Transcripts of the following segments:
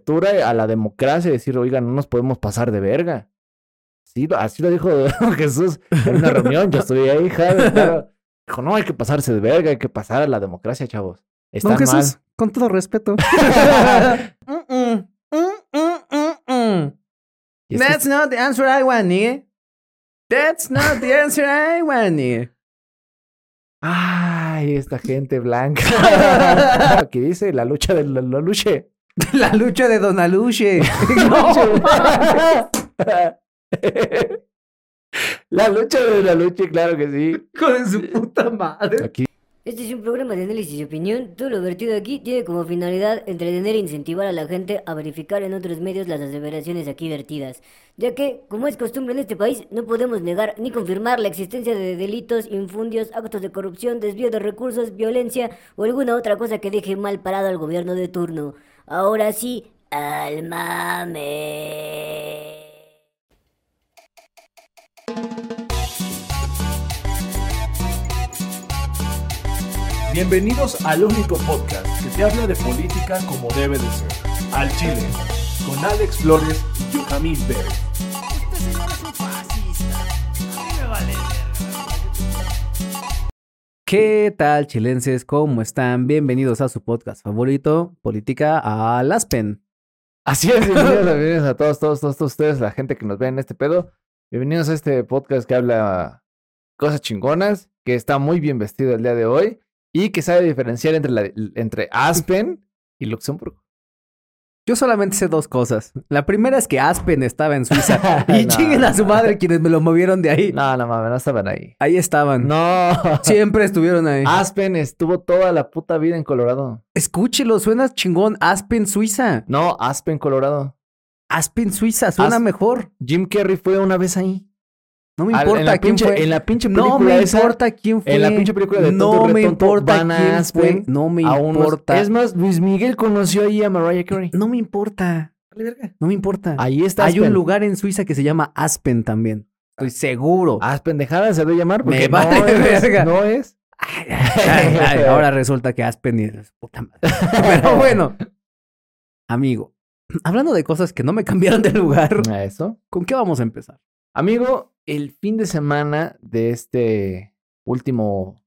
apertura a la democracia y decir, oigan, no nos podemos pasar de verga. Sí, así lo dijo Jesús en una reunión, yo estuve ahí, Javi, claro. Dijo, no, hay que pasarse de verga, hay que pasar a la democracia, chavos. Está Don mal. Jesús, con todo respeto. Mm, mm, mm, mm, mm, mm. Y es que- That's not the answer I want, nigga. That's not the answer I want, nigga. Ay, esta gente blanca. Aquí dice la lucha del la, luche. La lucha de Don Aluche. la lucha de la luche, claro que sí. Hijo de su puta madre. Aquí Este es un programa de análisis y opinión. Todo lo vertido aquí tiene como finalidad entretener e incentivar a la gente a verificar en otros medios las aseveraciones aquí vertidas, ya que, como es costumbre en este país, no podemos negar ni confirmar la existencia de delitos, infundios, actos de corrupción, desvío de recursos, violencia o alguna otra cosa que deje mal parado al gobierno de turno. Ahora sí, al mame. Bienvenidos al único podcast que te habla de política como debe de ser. Al Chile, con Alex Flores y Jamil Berry. Este señor es un fascista. A mí me vale ¿Qué tal, chilenses? ¿Cómo están? Bienvenidos a su podcast favorito, Política a Aspen. Así es, bienvenidos, bienvenidos a todos, todos, todos, todos ustedes, la gente que nos ve en este pedo. Bienvenidos a este podcast que habla cosas chingonas, que está muy bien vestido el día de hoy y que sabe diferenciar entre, la, entre Aspen y Luxemburgo. Yo solamente sé dos cosas. La primera es que Aspen estaba en Suiza. y No. chinguen a su madre quienes me lo movieron de ahí. No, no mames, no estaban ahí. Ahí estaban. No. Siempre estuvieron ahí. Aspen estuvo toda la puta vida en Colorado. Escúchelo, suena chingón. Aspen, Suiza. No, Aspen, Colorado. Aspen, Suiza, suena As- mejor. Jim Carrey fue una vez ahí. No me Al- importa en la quién pinche, fue. En la pinche película No me esa, importa quién fue. en la pinche película de Tonto No y me Retonto, importa van a quién fue. Aspen No me a unos- importa. Es más, Luis Miguel conoció ahí a Mariah Carey. No me importa. No me importa. Ahí está Hay un Aspen. lugar en Suiza que se llama Aspen también. Estoy seguro. Haz pendejadas se debe llamar porque Me vale no, es, verga. no es. Ay, ay, ay, ahora resulta que Aspen es puta madre. Pero bueno, amigo, hablando de cosas que no me cambiaron de lugar, A eso. ¿con qué vamos a empezar? Amigo, el fin de semana de este último,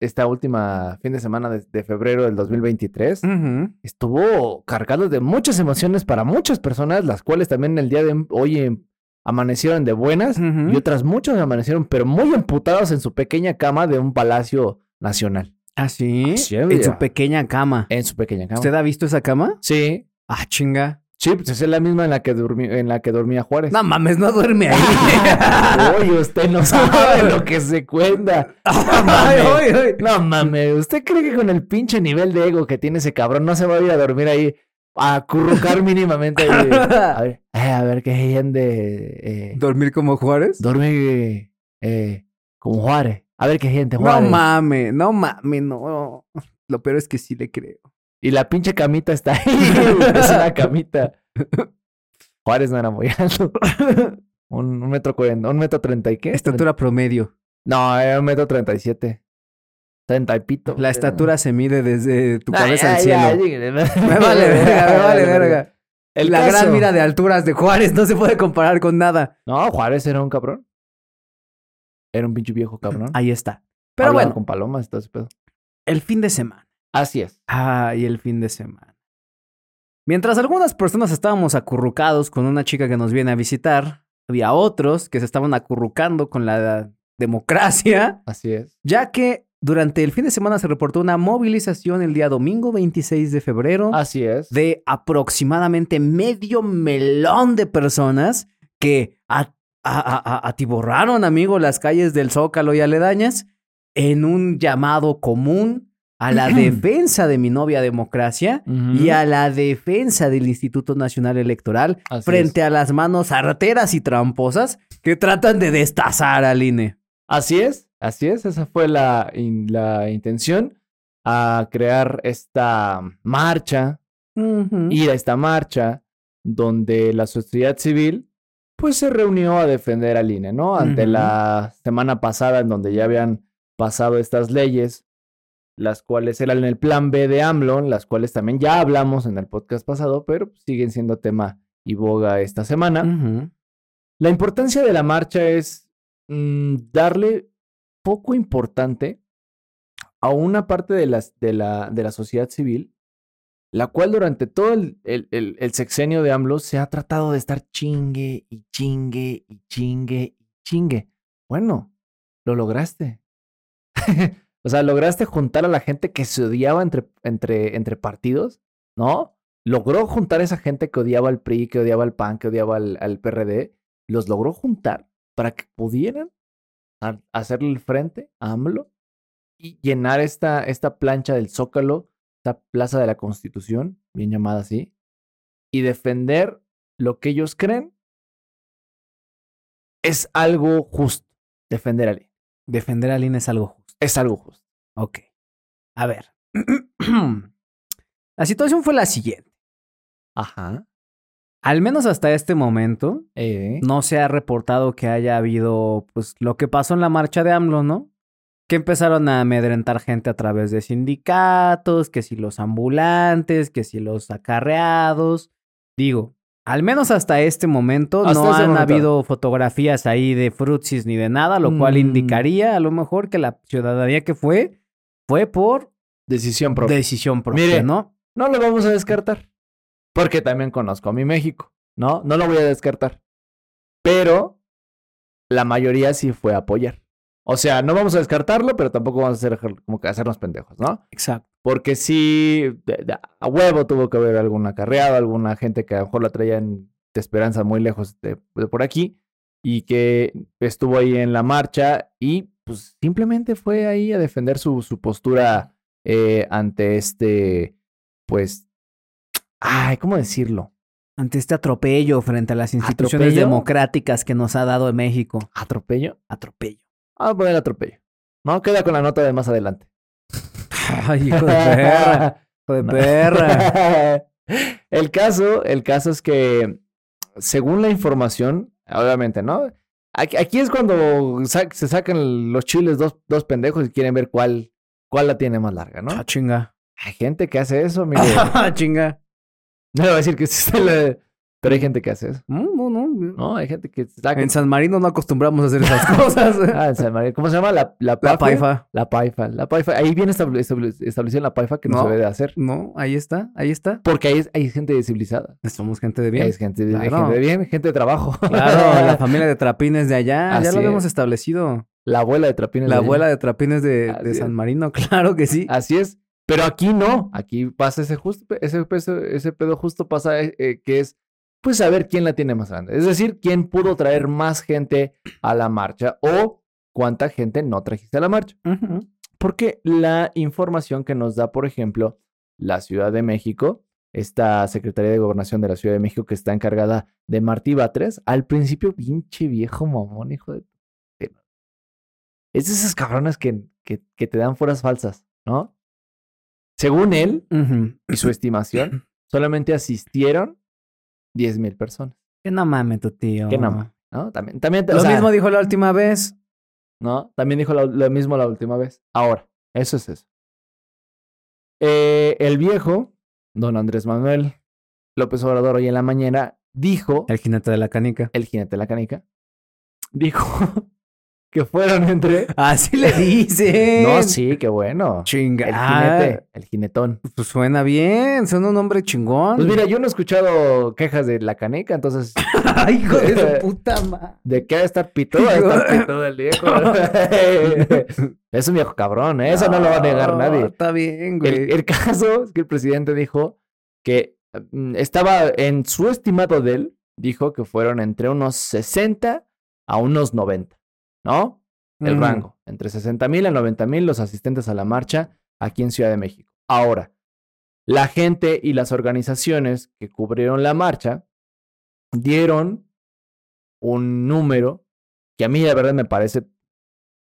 esta última fin de semana de, de febrero del 2023 Mm. estuvo cargado de muchas emociones para muchas personas, las cuales también el día de hoy em- amanecieron de buenas Ujú. y otras muchas amanecieron, pero muy emputados en su pequeña cama de un palacio nacional. ¿Ah, sí? Así es, en su ya. pequeña cama. En su pequeña cama. ¿Usted ha visto esa cama? Sí, Ah, chinga. sí, pues es la misma en la que, durmi- en la que dormía Juárez. No mames, no duerme ahí. Oye, usted no sabe lo que se cuenta. No Ay, mames. ay, ay. No mames, ¿usted cree que con el pinche nivel de ego que tiene ese cabrón no se va a ir a dormir ahí a currucar mínimamente? ahí? A ver, eh, a ver qué gente eh, ¿Dormir como Juárez? duerme eh, como Juárez. A ver qué gente No Juárez. mames, no mames, no. Lo peor es que sí le creo. y la pinche camita está ahí. es una camita. Juárez no era muy alto. Un, un metro cuarenta, un metro treinta y qué? Estatura promedio. No, era un metro treinta y siete. Treinta y pito. La estatura se mide desde tu Ah, cabeza ya, al ya, cielo. dígale, ¿no? Me vale verga, me vale verga. El La caso- gran mira de alturas de Juárez no se puede comparar con nada. No, Juárez era un cabrón. Era un pinche viejo cabrón. Ahí está. Pero Hablaba bueno, Con palomas y todo ese pedo. el fin de semana. Así es. Ay, Ah, el fin de semana. Mientras algunas personas estábamos acurrucados con una chica que nos viene a visitar, había otros que se estaban acurrucando con la democracia, Así es. ya que durante el fin de semana se reportó una movilización el día domingo 26 de febrero Así es. de aproximadamente medio melón de personas que a- a- a- a- atiborraron, amigo, las calles del Zócalo y aledañas en un llamado común a la defensa de mi novia democracia Ujú. y a la defensa del Instituto Nacional Electoral Así frente a las manos arteras y tramposas que tratan de destazar al E. INE. Así es, así es, esa fue la, in- la intención a crear esta marcha, Y ir a esta marcha, donde la sociedad civil pues se reunió a defender al INE, ¿no? Ante Ujú. la semana pasada en donde ya habían pasado estas leyes las cuales eran el plan B de AMLO, las cuales también ya hablamos en el podcast pasado, pero siguen siendo tema y boga esta semana. Ujú. La importancia de la marcha es mm, darle poco importante a una parte de, las, de, la, de la sociedad civil, la cual durante todo el, el- el- el sexenio de AMLO se ha tratado de estar chingue y chingue y chingue y chingue. Bueno, lo lograste. o sea, lograste juntar a la gente que se odiaba entre, entre, entre partidos, ¿no? Logró juntar a esa gente que odiaba al PRI, que odiaba al PAN, que odiaba al, al PRD los logró juntar para que pudieran a- hacerle el frente a AMLO y llenar esta, esta plancha del Zócalo, esta plaza de la Constitución, bien llamada así, y defender lo que ellos creen es algo justo. Defender a alguien Defender a Lina E es algo justo. es algo justo. Ok. A ver. la situación fue la siguiente. Ajá. Al menos hasta este momento, Eh, no se ha reportado que haya habido, pues, lo que pasó en la marcha de AMLO, ¿no? Que empezaron a amedrentar gente a través de sindicatos, que si los ambulantes, que si los acarreados. Digo, al menos hasta este momento Hasta no ese han momento. habido fotografías ahí de frutsis ni de nada, lo cual Mm. indicaría a lo mejor que la ciudadanía que fue, fue por decisión propia. decisión propia, Mire, ¿no? No lo vamos a descartar. Porque también conozco a mi México, ¿no? No lo voy a descartar. Pero la mayoría sí fue a apoyar. O sea, no vamos a descartarlo, pero tampoco vamos a hacer como que hacernos pendejos, ¿no? Exacto. Porque sí, de- de- a huevo tuvo que haber algún acarreado, alguna gente que a lo mejor la traían de esperanza muy lejos de, de por aquí y que estuvo ahí en la marcha y pues simplemente fue ahí a defender su, su postura eh, ante este, pues, ay, ¿cómo decirlo? Ante este atropello frente a las instituciones ¿Atropello? democráticas que nos ha dado México. ¿Atropello? Atropello. Vamos a poner atropello. No, queda con la nota de más adelante. Ay, hijo de perra, hijo de perra. el caso, el caso es que, según la información, obviamente, ¿no? Aquí, aquí es cuando sa- se sacan los chiles dos, dos pendejos y quieren ver cuál, cuál la tiene más larga, ¿no? Ah, chinga. Hay gente que hace eso, mire. Ah, chinga. No le voy a decir que sí se le- Pero hay gente que hace eso, Mm, No, no, no. ¿no? Hay gente que saca... En San Marino no acostumbramos a hacer esas cosas. Ah, en San Marino. ¿Cómo se llama? La, la, La pafia? paifa. La paifa. La paifa. Ahí viene estable- estable- establecida la paifa que no, No. se debe de hacer. No, ahí está, ahí está. Porque ahí es- hay gente civilizada. Somos gente de bien. Es gente, de- Claro. gente de bien, gente de trabajo. Claro, la familia de Trapines de allá, ya Así lo habíamos es. establecido. La abuela de Trapines. La de allá. abuela de Trapines de, Así de es. San Marino, claro que sí. Así es. Pero aquí no. Aquí pasa ese justo, ese, peso- ese pedo justo pasa eh, eh, que es, pues, saber quién la tiene más grande. Es decir, quién pudo traer más gente a la marcha o cuánta gente no trajiste a la marcha. Ujú. Porque la información que nos da, por ejemplo, la Ciudad de México, esta Secretaría de Gobernación de la Ciudad de México que está encargada de Martí Batres, al principio, pinche viejo mamón, hijo de... de- Es de esos cabrones que, que, que te dan fueras falsas, ¿no? Según él Ujú. y su estimación, solamente asistieron 10 mil personas, Que no mames tu tío. Que no mames. ¿no? También, también, o Lo sea, mismo dijo la última vez. ¿no? También dijo lo, lo mismo la última vez. Ahora, eso es eso. Eh, el viejo, don Andrés Manuel López Obrador, hoy en la mañana, dijo, El jinete de la canica. el jinete de la canica, dijo que fueron entre... Así le dicen. No, sí, Ah, qué bueno. Chinga. El jinete, el jinetón. Ah, pues suena bien, suena un hombre chingón. Pues mira, yo no he escuchado quejas de la canica, entonces, Ay, hijo de su puta madre. ¿de qué ha de estar pitudo? Ha de estar pitudo el viejo. es un viejo cabrón, ¿eh? eso no lo va a negar nadie. Está bien, güey. El, el caso es que el presidente dijo que mm, estaba en su estimado de él, dijo que fueron entre unos 60 a unos 90, ¿no? El Mm. rango, entre 60 mil a 90 mil los asistentes a la marcha aquí en Ciudad de México. Ahora, la gente y las organizaciones que cubrieron la marcha dieron un número que a mí la verdad me parece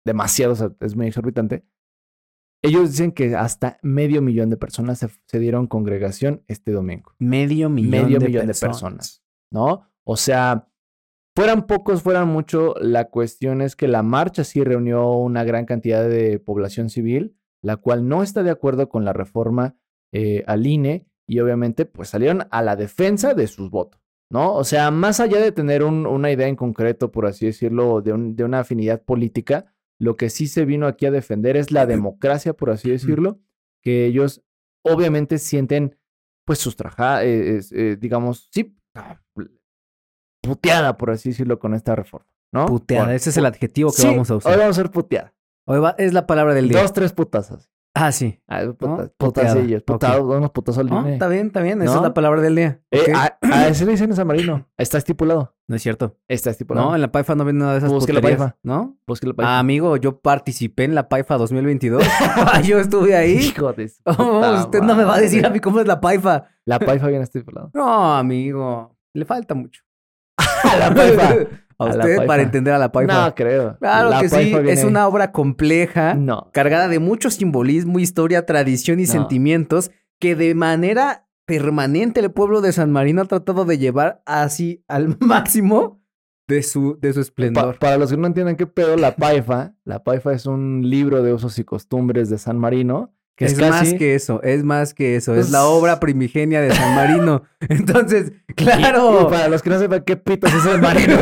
demasiado, o sea, es muy exorbitante. Ellos dicen que hasta medio millón de personas se, se dieron congregación este domingo, Medio millón, Medio de, millón de personas. ¿no? O sea, fueran pocos, fueran mucho, la cuestión es que la marcha sí reunió una gran cantidad de población civil, la cual no está de acuerdo con la reforma eh, al INE y obviamente pues salieron a la defensa de sus votos, ¿no? O sea, más allá de tener un- una idea en concreto, por así decirlo, de, un- de una afinidad política, lo que sí se vino aquí a defender es la democracia, por así decirlo, que ellos obviamente sienten pues sustraja, eh, es- eh, digamos, sí, ah, puteada, por así decirlo, con esta reforma, ¿no? Puteada, Bueno, ese es el adjetivo que sí, vamos a Hoy usar. vamos a ser puteada. Hoy va- es la palabra del día. Dos, tres putazas. Ah, sí. Ah, puta- Puteada. Putacillos, Ok. putados, unos putazos al No, INE. Está bien, está bien. Esa ¿No? es la palabra del día. Eh, Ok. a, a ese le dicen en San Marino. Está estipulado. No es cierto. Está No, estipulado. en la Paifa no viene nada de esas Busque la puterías, Paifa. ¿no? Búsquelo para Ah, amigo, yo participé en la Paifa 2022. Ah, yo estuve ahí. Hijo de su Oh, puta usted no me va a decir a madre. mí cómo es la Paifa. La paifa bien estipulado. No, amigo. Le falta mucho. A la paifa. a A la usted para Paifa. entender a la Paifa. No creo. claro La que sí. Paifa Es viene- una obra compleja. No. cargada de mucho simbolismo, historia, tradición y No. sentimientos que de manera permanente el pueblo de San Marino ha tratado de llevar así al máximo de su, de su Pa- esplendor. para los que no entiendan qué pedo, la paifa, la paifa es un libro de usos y costumbres de San Marino. Que es, es más casi- que eso, es más que eso, es la Pues- obra primigenia de San Marino. Entonces, Y claro. para los que no sepan qué pito es San Marino,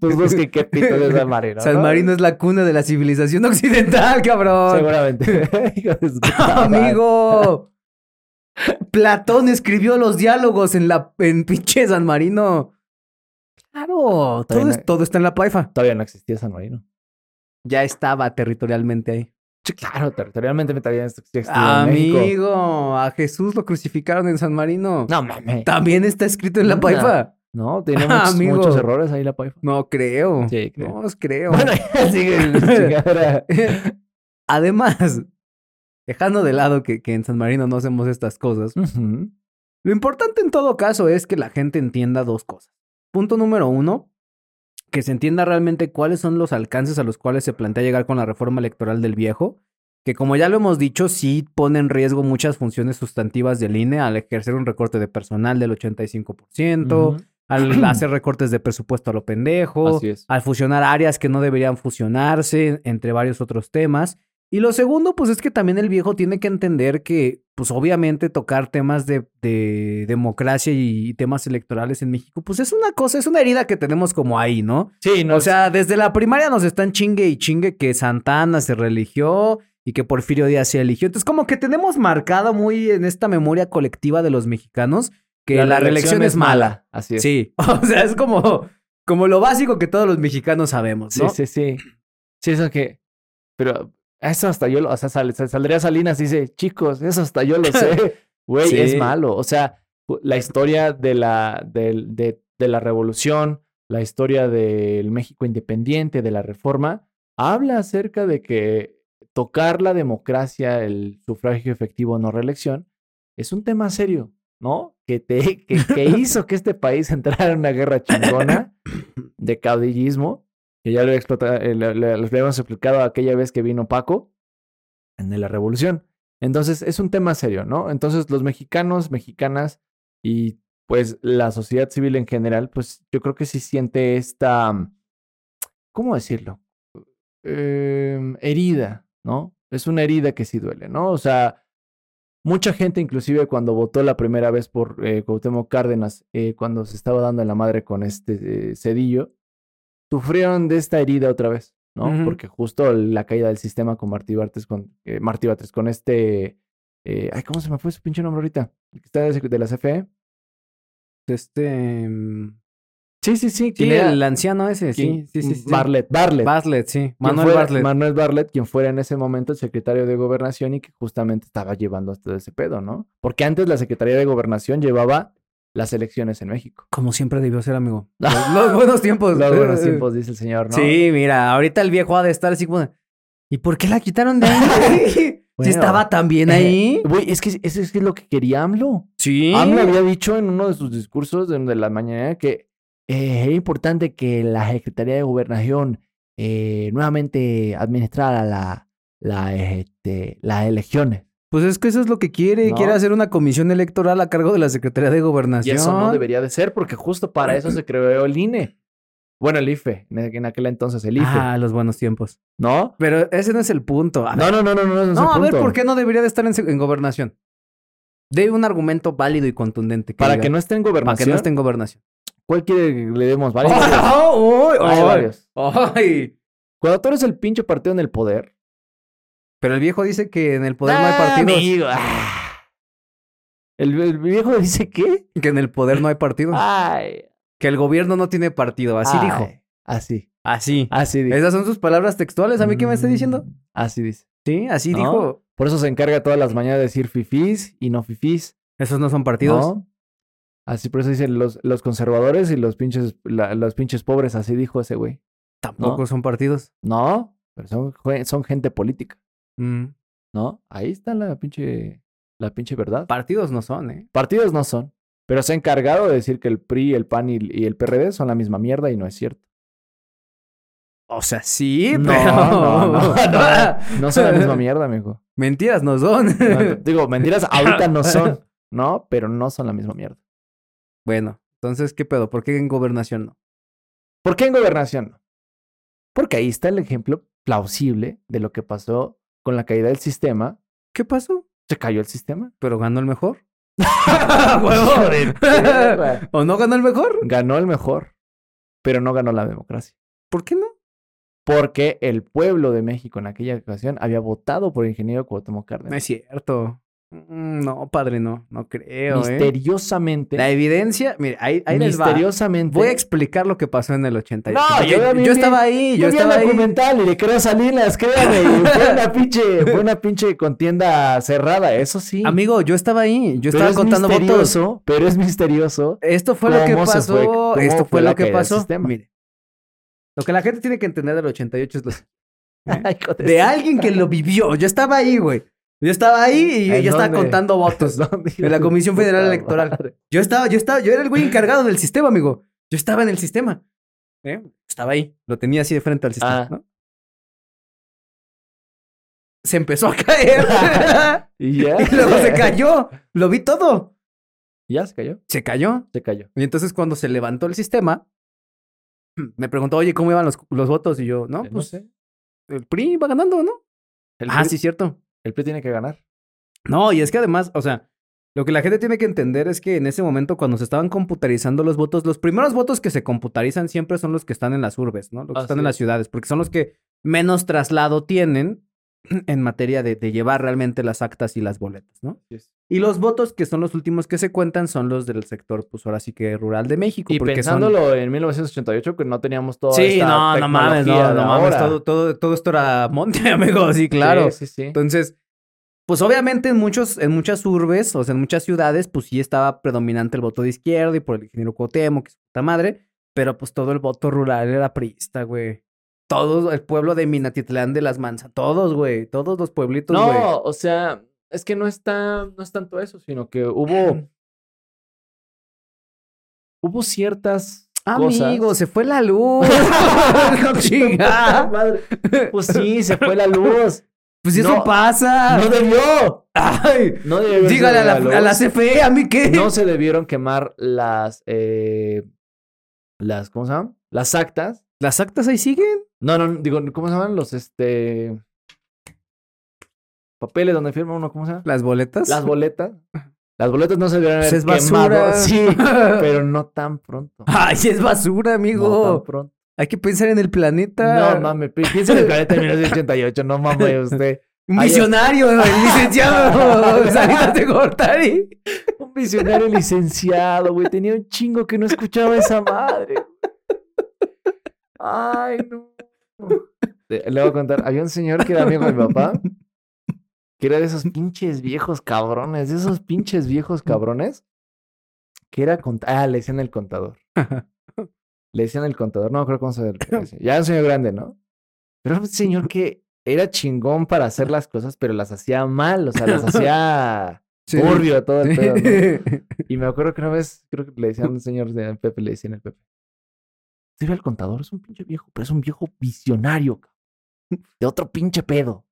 pues busquen qué pito es San Marino. San ¿no? Marino es la cuna de la civilización occidental, cabrón. Seguramente. Hijo de su puta madre. Amigo. Platón escribió los diálogos en la en pinche San Marino. Claro, todo, También es- hay- todo está en la paifa. Todavía no existía San Marino. Ya estaba territorialmente ahí. Sí, claro, territorialmente me traían esto que existía en México. Amigo, a Jesús lo crucificaron en San Marino. No mames. También está escrito en la No. paifa. No, tenía Ah, muchos, amigo. muchos errores ahí la paifa. No creo. Sí, creo. No os creo. Bueno, ya sigue la chingadera. Además, dejando de lado que, que en San Marino no hacemos estas cosas, Ujú. Lo importante en todo caso es que la gente entienda dos cosas. Punto número uno, que se entienda realmente cuáles son los alcances a los cuales se plantea llegar con la reforma electoral del viejo, que como ya lo hemos dicho, sí pone en riesgo muchas funciones sustantivas del INE al ejercer un recorte de personal del 85%, al hacer recortes de presupuesto a lo pendejo, Así es. al fusionar áreas que no deberían fusionarse, entre varios otros temas. Y lo segundo, pues es que también el viejo tiene que entender que, pues obviamente tocar temas de, de democracia y temas electorales en México, pues es una cosa, es una herida que tenemos como ahí, ¿no? Sí, no, O sea, desde la primaria nos están chingue y chingue que Santana se religió y que Porfirio Díaz se eligió. Entonces, como que tenemos marcado muy en esta memoria colectiva de los mexicanos que la, reelección es mala. Así es. Sí, Sí, o sea, es como, como lo básico que todos los mexicanos sabemos, ¿no? sí, sí. Sí, eso que. Pero eso hasta yo lo. O sea, sal- sal- saldría Salinas y dice, chicos, eso hasta yo lo sé. Güey, Sí. es malo. O sea, pu- la historia de la, del- de, de la revolución, la historia del México independiente, de la reforma, habla acerca de que tocar la democracia, el sufragio efectivo, no reelección, es un tema serio, ¿no? Que, te, que, que hizo que este país entrara en una guerra chingona de caudillismo, que ya lo, he explota- eh, lo- lo- lo habíamos explicado aquella vez que vino Paco en la revolución. Entonces, es un tema serio, ¿no? Entonces, los mexicanos, mexicanas y pues la sociedad civil en general, pues yo creo que sí siente esta, mm, ¿cómo decirlo? Em, herida, ¿no? Es una herida que sí duele, ¿no? O sea, mucha gente inclusive cuando votó la primera vez por eh, Cuauhtémoc Cárdenas, eh, cuando se estaba dando en la madre con este eh, Cedillo, sufrieron de esta herida otra vez, ¿no? Ujú. Porque justo la caída del sistema con Martí Batres, con, eh, Martí Batres, con este... eh, ay, ¿cómo se me fue su pinche nombre ahorita? El que está de de la E. CFE. Este. mm, Sí, sí, sí. Sí, quien era- el anciano ese, sí. quien- Sí, sí, sí. Bartlett, Bartlett. Bartlett, sí. quien Manuel fuera- Bartlett. Manuel Bartlett, quien fuera en ese momento el secretario de Gobernación y que justamente estaba llevando hasta ese pedo, ¿no? Porque antes la Secretaría de Gobernación llevaba las elecciones en México. Como siempre debió ser, amigo. Los, los buenos tiempos. eh, Los buenos tiempos, dice el señor, ¿no? Sí, mira, ahorita el viejo ha de estar así como. ¿Y por qué la quitaron de ahí? Si Bueno. estaba tan bien ahí. Güey, es que eso es que es lo que quería AMLO. Sí. AMLO había dicho en uno de sus discursos de, de la mañana que eh, era importante que la Secretaría de Gobernación eh, nuevamente administrara la, la, este, las elecciones. Pues es que eso es lo que quiere. No. Quiere hacer una comisión electoral a cargo de la Secretaría de Y Gobernación. eso no debería de ser, porque justo para eso se creó el INE. Bueno, el IFE, en en aquel entonces, el E. IFE, Ah, los buenos tiempos. ¿no? Pero ese no es el punto. A No, ver, no, no, no, no, no, es no, el a ver, punto. ¿por qué no debería de estar en, se- en gobernación? De un argumento válido y contundente. Para diga- que no esté en para gobernación. que no esté en gobernación. ¿Cuál quiere que le demos? Varios. ¡Oh, oh, oh! Hay varios. ¡Ay! Cuando tú eres el pinche partido en el poder. Pero el viejo dice que en el poder no hay Ah, partidos. amigo, ah. El, el viejo dice qué? Que en el poder no hay partidos. Ay, Que el gobierno no tiene partido. Así Ah. ay. dijo. Así. Así. Así dijo. Esas son sus palabras textuales. ¿A mí qué me está diciendo? Así dice. Sí, así Mm. ¿No? dijo. Por eso se encarga todas las mañanas de decir fifís y no fifís. Esos no son partidos. ¿no? Así por eso dicen los, los conservadores y los pinches, la- los pinches pobres. Así dijo ese güey. Tampoco son partidos. No, pero son, jue- son gente política, Mm. ¿no? Ahí está la pinche, la pinche verdad. Partidos no son, ¿eh? Partidos no son. Pero se ha encargado de decir que el PRI, el PAN y, y el PRD son la misma mierda y no es cierto. O sea, sí, no, pero. no, no, no, no son la misma mierda, mijo. Mentiras no son. No, digo, mentiras ahorita no son, ¿no? Pero no son la misma mierda. bueno, entonces, ¿qué pedo? ¿Por qué en gobernación no? ¿Por qué en gobernación? no? Porque ahí está el ejemplo plausible de lo que pasó con la caída del sistema. ¿Qué pasó? Se cayó el sistema. ¿Pero ganó el mejor? Joder. ¿O no ganó el mejor? ganó el mejor, pero no ganó la democracia. ¿Por qué no? Porque el pueblo de México en aquella ocasión había votado por el ingeniero Cuauhtémoc No Cárdenas. es cierto. Mm, No, padre, no. No creo, ¿eh? misteriosamente. La evidencia, mire, ahí, ahí les va. misteriosamente. Voy a explicar lo que pasó en el 88. No, yo yo, también yo vi- estaba ahí, yo, Yo vi el estaba ahí. documental y le creo a Salinas, créame. y Fue una pinche, fue una pinche contienda cerrada, eso sí. Amigo, yo estaba ahí, yo Pero estaba es contando votos. misterioso, Pero es misterioso. Esto fue lo que ¿Cómo se pasó, fue? ¿Cómo esto fue, fue la lo que caída del pasó. sistema? Mire, lo que la gente tiene que entender del 88 es lo Ay, hijo ¿eh? de alguien que lo vivió. Yo estaba ahí, güey. Yo estaba ahí y yo ¿En ya estaba dónde? contando votos. ¿Dónde? En la Comisión Federal Puta Electoral. madre. Yo estaba, yo estaba, yo era el güey encargado del sistema, amigo. Yo estaba en el sistema. ¿eh? Estaba ahí. Lo tenía así de frente al sistema, Ah. ¿no? Se empezó a caer. Y ya. y luego se cayó. Lo vi todo. Ya se cayó. Se cayó. Se cayó. Y entonces cuando se levantó el sistema, me preguntó, oye, ¿cómo iban los, los votos? Y yo, no, Eh, no pues sé. el PRI va ganando, ¿no? El Ah, PRI sí, cierto. el PRI tiene que ganar. No, y es que además, o sea, lo que la gente tiene que entender es que en ese momento cuando se estaban computarizando los votos, los primeros votos que se computarizan siempre son los que están en las urbes, ¿no? Los que Así están en las es. ciudades, porque son los que menos traslado tienen en materia de, de llevar realmente las actas y las boletas, ¿no? Y los votos que son los últimos que se cuentan son los del sector, pues ahora sí que rural de México. Y porque son- pensándolo en 1988, que pues, no teníamos toda Sí, esta no, no mames, tecnología no, de no mames. ahora. Todo, todo, todo esto era monte, amigo. Sí, claro. Sí, sí, sí. Entonces, pues obviamente en muchos, en muchas urbes, o sea, en muchas ciudades, pues sí estaba predominante el voto de izquierda y por el ingeniero Cuauhtémoc, que es puta madre, pero pues todo el voto rural era priista, güey. Todo el pueblo de Minatitlán de las Mansas, todos, güey, todos los pueblitos, no, güey. o sea, es que no está, no es tanto eso, sino que hubo. hubo ciertas. Amigo, cosas. se fue la luz. Chinga. Madre. Pues sí, se fue la luz. Pues eso No, pasa. No debió. Ay, No debió haber dígale a sido la, a la luz. CFE, a mí qué. No se debieron quemar las. eh, las, ¿cómo se llaman? Las actas. ¿Las actas ahí siguen? No, no, digo, ¿cómo se llaman? Los este. Papeles donde firma uno, ¿cómo se llama? ¿Las boletas? Las boletas. Las boletas no se debieron Pues haber es quemado. basura. Sí, pero no tan pronto. Ay, es basura, amigo. No tan pronto. Hay que pensar en el planeta. No mames, pi- piensa en el planeta de 1988, no mames usted. Un Ahí es- visionario, el licenciado Salinas de Gortari. Un visionario licenciado, güey. Tenía un chingo que no escuchaba esa madre. Ay, no. Le le voy a contar. Había un señor que era amigo de mi papá. Que era de esos pinches viejos cabrones. De esos pinches viejos cabrones. Que era contador. Ah, le decían el contador. Le decían el contador. No, creo cómo se le decía. Ya era un señor grande, ¿no? Pero era un señor que era chingón para hacer las cosas, pero las hacía mal. O sea, las hacía turbio todo el pedo, ¿no? Y me acuerdo que una vez, creo que le decían al señor de al Pepe, le decían al Pepe. Se ve al contador, es un pinche viejo, pero es un viejo visionario, cabrón, de otro pinche pedo.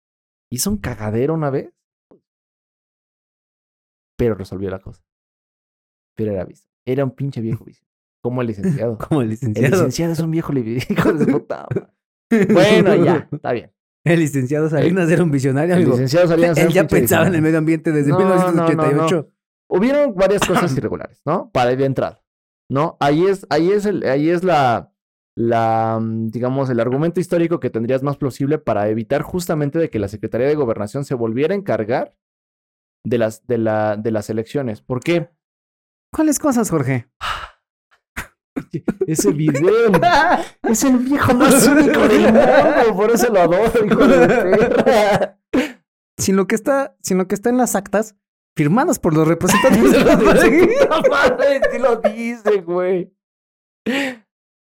Hizo un cagadero una vez, pero resolvió la cosa. Pero era visto. Era un pinche viejo visionario. como el licenciado. Como el El licenciado. licenciado es un viejo li- hijo de su puta madre. Bueno, ya, está bien. El licenciado Salinas era un visionario, El amigo. licenciado Salinas era Él un ya pinche pensaba en el visionario. medio ambiente desde No, no, no, no. 1988. Hubieron varias cosas irregulares, ¿no? Para ir de entrada, ¿no? Ahí es, ahí es, el, ahí es la, la, mm, digamos, el argumento histórico que tendrías más plausible para evitar justamente de que la Secretaría de Gobernación se volviera a encargar de las, de la, de las elecciones. ¿Por qué? ¿Cuáles cosas, Jorge? Ese video es el viejo más único del mundo, por eso lo adoro, hijo de perra. Sin lo que está, sin lo que está en las actas firmadas por los representantes de la Puta madre, sí lo dice, güey.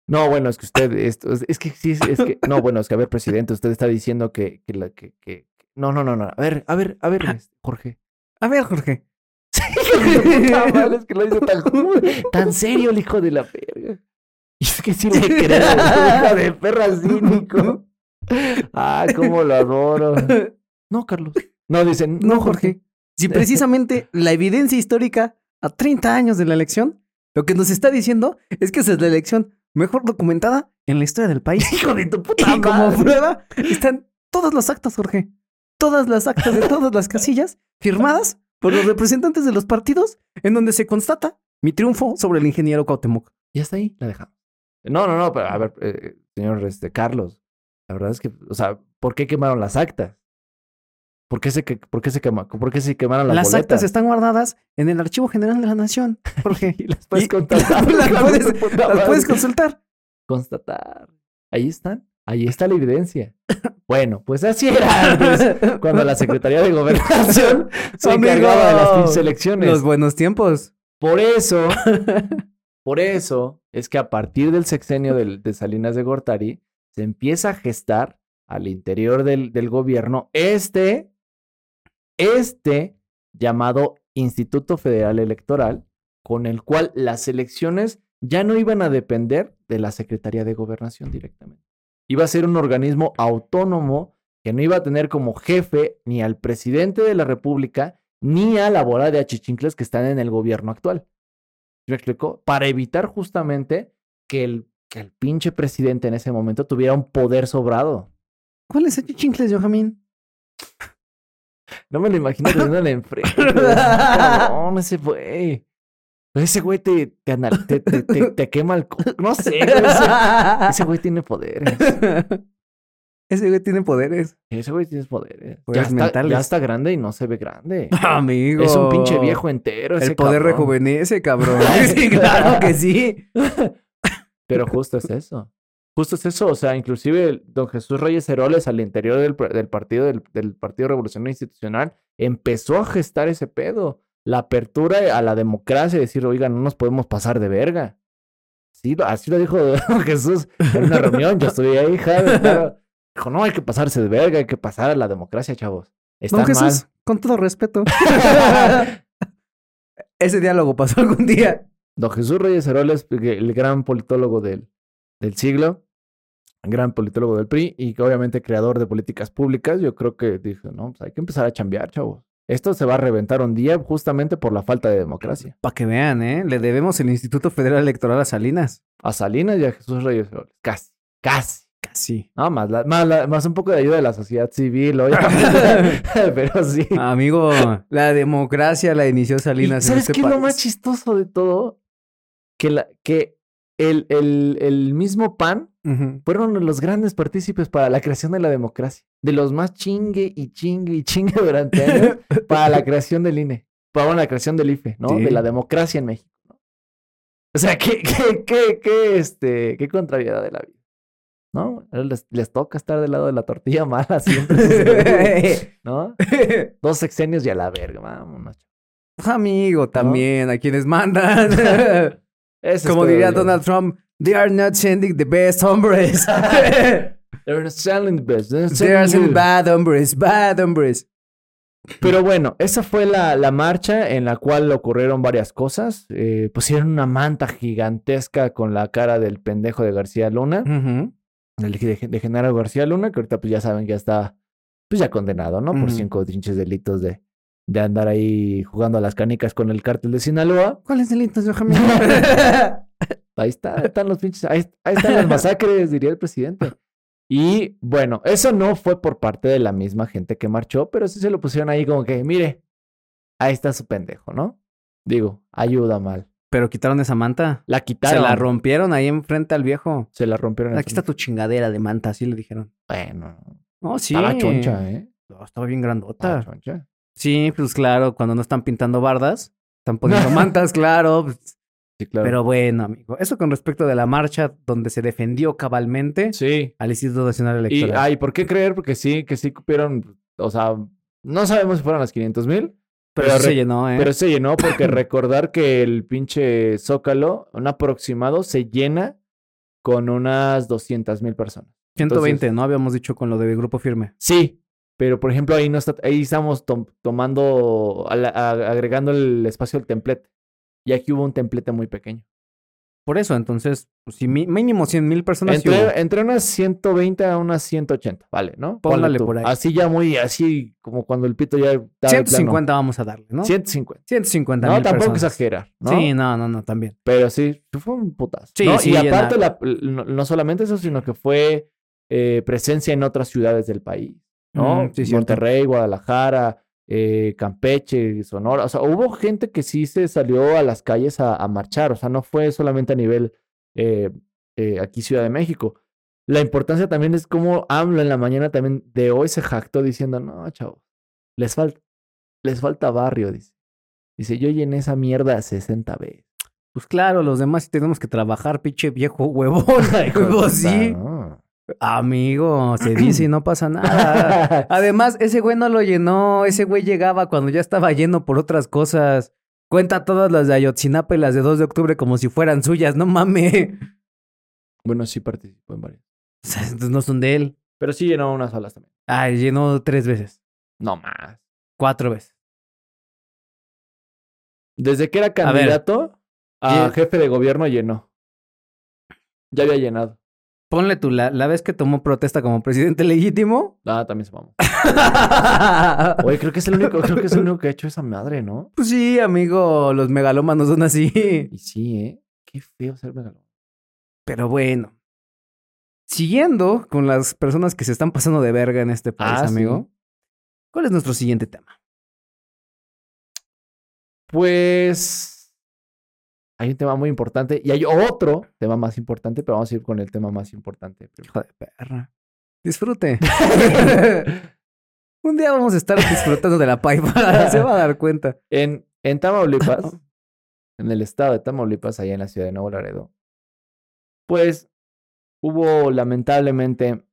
No, bueno, es que usted, esto, es, es que sí, es, es que, no, bueno, es que, a ver, presidente, usted está diciendo que, que, la, que, que, que- no, no, no, no, a ver, a ver, a ver, este, Jorge. A ver, Jorge. Puta madre, es que lo dice tan, tan serio el hijo de la verga. Y es que sí le creo, hijo de perra cínico. Ah, cómo lo adoro. No, Carlos. No, dicen, No, Jorge. Si precisamente la evidencia histórica a 30 años de la elección, lo que nos está diciendo es que esa es la elección mejor documentada en la historia del país. Hijo de tu puta Y como madre. prueba están todas las actas, Jorge. Todas las actas de todas las casillas firmadas por los representantes de los partidos en donde se constata mi triunfo sobre el ingeniero Cuauhtémoc. Y hasta ahí la dejamos. No, no, no, pero a ver, eh, señor este, Carlos, la verdad es que, o sea, ¿por qué quemaron las actas? ¿Por qué se, que- por qué se, quema- por qué se quemaron las, Las, actas boletas? están guardadas en el Archivo General de la Nación, Jorge. Y las puedes y- constatar. las hijo de puedes- tu puta Las madre. puedes consultar. constatar. Ahí están. Ahí está la evidencia. Bueno, pues así era antes, cuando la Secretaría de Gobernación se Amigo, encargaba de las pinches elecciones. Los buenos tiempos. Por eso, por eso es que a partir del sexenio del- de Salinas de Gortari se empieza a gestar al interior del, del gobierno este, este llamado Instituto Federal Electoral, con el cual las elecciones ya no iban a depender de la Secretaría de Gobernación directamente. Iba a ser un organismo autónomo que no iba a tener como jefe ni al presidente de la República ni a la bola de achichincles que están en el gobierno actual. ¿Sí ¿Me explico? Para evitar justamente que el, que el pinche presidente en ese momento tuviera un poder sobrado. ¿Cuáles achichincles, Benjamín? No me lo imagino teniéndole enfrente. güey. Cabrón, ese güey. Ese güey te, te, anal- te, te- te- te quema el... co- No sé. güey, Ese, ese güey tiene poderes. Ese güey tiene poderes. Ese güey tiene poderes. Ya Poderes está, mentales. ya está grande y no se ve grande. Amigo. Es un pinche viejo entero. ese El poder cabrón. rejuvenece, cabrón. sí, claro que sí. Pero justo es eso. Justo es eso. O sea, inclusive el- don Jesús Reyes Heroles al interior del, pr- del partido del, del Partido Revolucionario Institucional empezó a gestar ese pedo. La apertura a la democracia y decir, oiga, no nos podemos pasar de verga. Sí, lo- así lo dijo don Jesús en una reunión. Yo estuve ahí, Jaime. claro. Dijo, no, hay que pasarse de verga, hay que pasar a la democracia, chavos. Está Don mal. Jesús, con todo respeto. Ese diálogo pasó algún día. Don Jesús Reyes Heroles, el gran politólogo del, del siglo, gran politólogo del PRI y que obviamente creador de políticas públicas, yo creo que dijo, no, pues hay que empezar a chambear, chavos. Esto se va a reventar un día justamente por la falta de democracia. Para que vean, ¿eh? Le debemos el Instituto Federal Electoral a Salinas. A Salinas y a Jesús Reyes Heroles. Casi, casi. Casi. No, más, la- más, la- más un poco de ayuda de la sociedad civil, oye. Pero sí. Amigo, la democracia la inició ¿Y Ah, Salinas. en ¿Sabes este qué es lo país. más chistoso de todo? Que, la, que el, el, el mismo PAN Ujú. fueron los grandes partícipes para la creación de la democracia. De los más chingue y chingue y chingue durante años para la creación del INE. Para la creación del IFE, ¿no? Sí. De la democracia en México. ¿no? O sea, qué, qué, qué, qué, este, qué contrariedad de la vida. ¿No? Ahora Les, les toca estar del lado de la tortilla mala siempre. ¿No? Dos sexenios y a la verga, vámonos. Amigo, también, a quienes mandan. Esa es Como diría todavía- Donald Trump, they are not sending the best hombres. They're not selling the best, they're not they are selling sending the- bad hombres, bad hombres. Pero bueno, esa fue la, la marcha en la cual ocurrieron varias cosas. Eh, pusieron una manta gigantesca con la cara del pendejo de García Luna, Ujú. del de, de Genaro García Luna, que ahorita pues ya saben que ya está pues ya condenado, ¿no? Por Ujú. cinco pinches delitos de, de andar ahí jugando a las canicas con el cártel de Sinaloa. ¿Cuáles delitos, Benjamín? Ahí está, ahí están los pinches, ahí, ahí están las masacres, diría el presidente. Y bueno, eso no fue por parte de la misma gente que marchó, pero sí se lo pusieron ahí como que, mire, ahí está su pendejo, ¿no? Digo, ayuda mal. Pero quitaron esa manta. La quitaron. Se la rompieron ahí enfrente al viejo. se la rompieron. Aquí está tu chingadera de manta, así le dijeron. Bueno, No, sí. estaba choncha, ¿eh? No, estaba bien grandota. Estaba choncha. Sí, pues claro, cuando no están pintando bardas, están poniendo mantas, claro. pues, Sí, claro. Pero bueno, amigo, eso con respecto de la marcha donde se defendió cabalmente Sí, al Instituto Nacional Y, Electoral. ay, ¿por qué creer? Porque sí, que sí cupieron, o sea, no sabemos si fueron las 500 mil, pero pero sí se re- llenó, ¿eh? pero se llenó porque recordar que el pinche Zócalo, un aproximado, se llena con unas 200 mil personas. 120, entonces- ¿no? Habíamos dicho con lo de Grupo Firme. Sí, pero por ejemplo ahí no está, ahí estamos tom- tomando, a la- a- agregando el espacio del templete. Y aquí hubo un templete muy pequeño. Por eso, entonces, pues, sí, mi- mínimo 100 mil personas. sí hubo. Entre, entre unas 120 a unas 180, vale, ¿no? Ponle Póngale tú. por ahí. Así ya muy, así como cuando el pito ya... está de plano. 150 vamos a darle, ¿no? 150. 150 No, mil tampoco personas. exagerar, ¿no? Sí, no, no, no, también. Pero sí, fue un putazo. Sí, ¿no? sí, y llenar. aparte, la- no, no solamente eso, sino que fue eh, presencia en otras ciudades del país, ¿no? Mm, sí, cierto. Monterrey, Guadalajara, eh, Campeche, Sonora. O sea, hubo gente que sí se salió a las calles a, a marchar. O sea, no fue solamente a nivel eh, eh, aquí Ciudad de México. La importancia también es cómo AMLO en la mañana también de hoy se jactó diciendo, no, chavo, les falta, les falta barrio, dice. Dice, yo llené esa mierda 60 veces. Pues claro, los demás sí tenemos que trabajar, pinche viejo huevón. Pues sí. Amigo, se dice y no pasa nada. Además, ese güey no lo llenó. Ese güey llegaba cuando ya estaba lleno por otras cosas. Cuenta todas las de Ayotzinapa y las de 2 de octubre como si fueran suyas, no mame. Bueno, sí participó en varias. O sea, entonces no son de él. Pero sí llenó unas salas también. Ay, llenó Ah, tres veces, No más. cuatro veces. Desde que era A ver. candidato a, Llen- jefe de gobierno llenó. Ya había llenado. Ponle tú, la, la vez que tomó protesta como presidente legítimo. Ah, también se mamó. Oye, creo que es el único, creo que es el único que ha hecho esa madre, ¿no? pues sí, amigo, los megalómanos son así. Y sí, ¿eh? Qué feo ser megalón. Pero bueno. Siguiendo con las personas que se están pasando de verga en este país, Ah, sí. amigo. ¿Cuál es nuestro siguiente tema? Pues hay un tema muy importante y hay otro tema más importante, pero vamos a ir con el tema más importante. primero. Hijo de perra. Disfrute. Un día vamos a estar disfrutando de la paipa. se va a dar cuenta. En, en Tamaulipas, en el estado de Tamaulipas, allá en la ciudad de Nuevo Laredo, pues hubo lamentablemente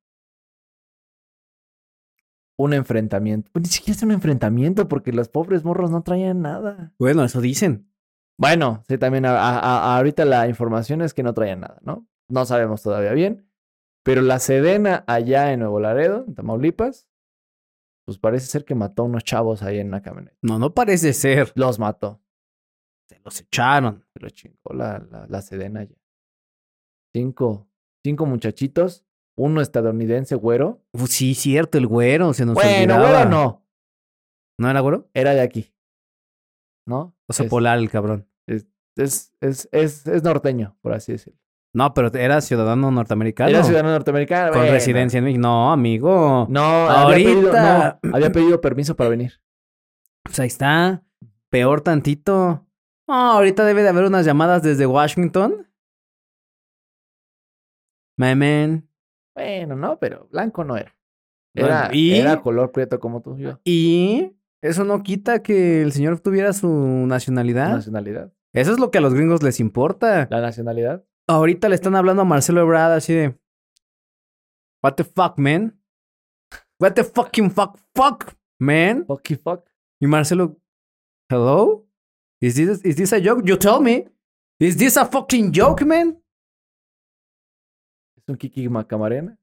un enfrentamiento. Pues, ni siquiera es un enfrentamiento porque los pobres morros no traían nada. Bueno, eso dicen. Bueno, sí, también a- a- a- ahorita la información es que no traían nada, ¿no? No sabemos todavía bien. Pero la Sedena allá en Nuevo Laredo, en Tamaulipas, pues parece ser que mató a unos chavos ahí en una camioneta. No, no parece ser. Los mató. Se los echaron. Se lo chingó la, la, la Sedena ya. Cinco, cinco muchachitos, uno estadounidense güero. Uh, sí, cierto, el güero se nos bueno, olvidaba. güero no, ¿No era güero? era de aquí. ¿No? O sea, es, polar el cabrón. es, es, es, es norteño, por así decirlo. No, pero era ciudadano norteamericano. Era ciudadano norteamericano. Con bueno. residencia en México. No, amigo. No, había pedido, Ahorita. no, había pedido permiso para venir. Pues ahí está. Peor tantito. Ah, ahorita debe de haber unas llamadas desde Washington. My man. Bueno, no, pero blanco no era. Bueno, Era, ¿y? era color prieto como tú y yo. Y eso no quita que el señor tuviera su nacionalidad. Nacionalidad. Eso es lo que a los gringos les importa. La nacionalidad. Ahorita le están hablando a Marcelo Ebrard así de... What the fuck, man? What the fucking fuck, fuck, man? Fucky fuck. Y Marcelo, hello? Is this, is this a joke? You tell me. Is this a fucking joke, man? Es un Kiki Macamarena.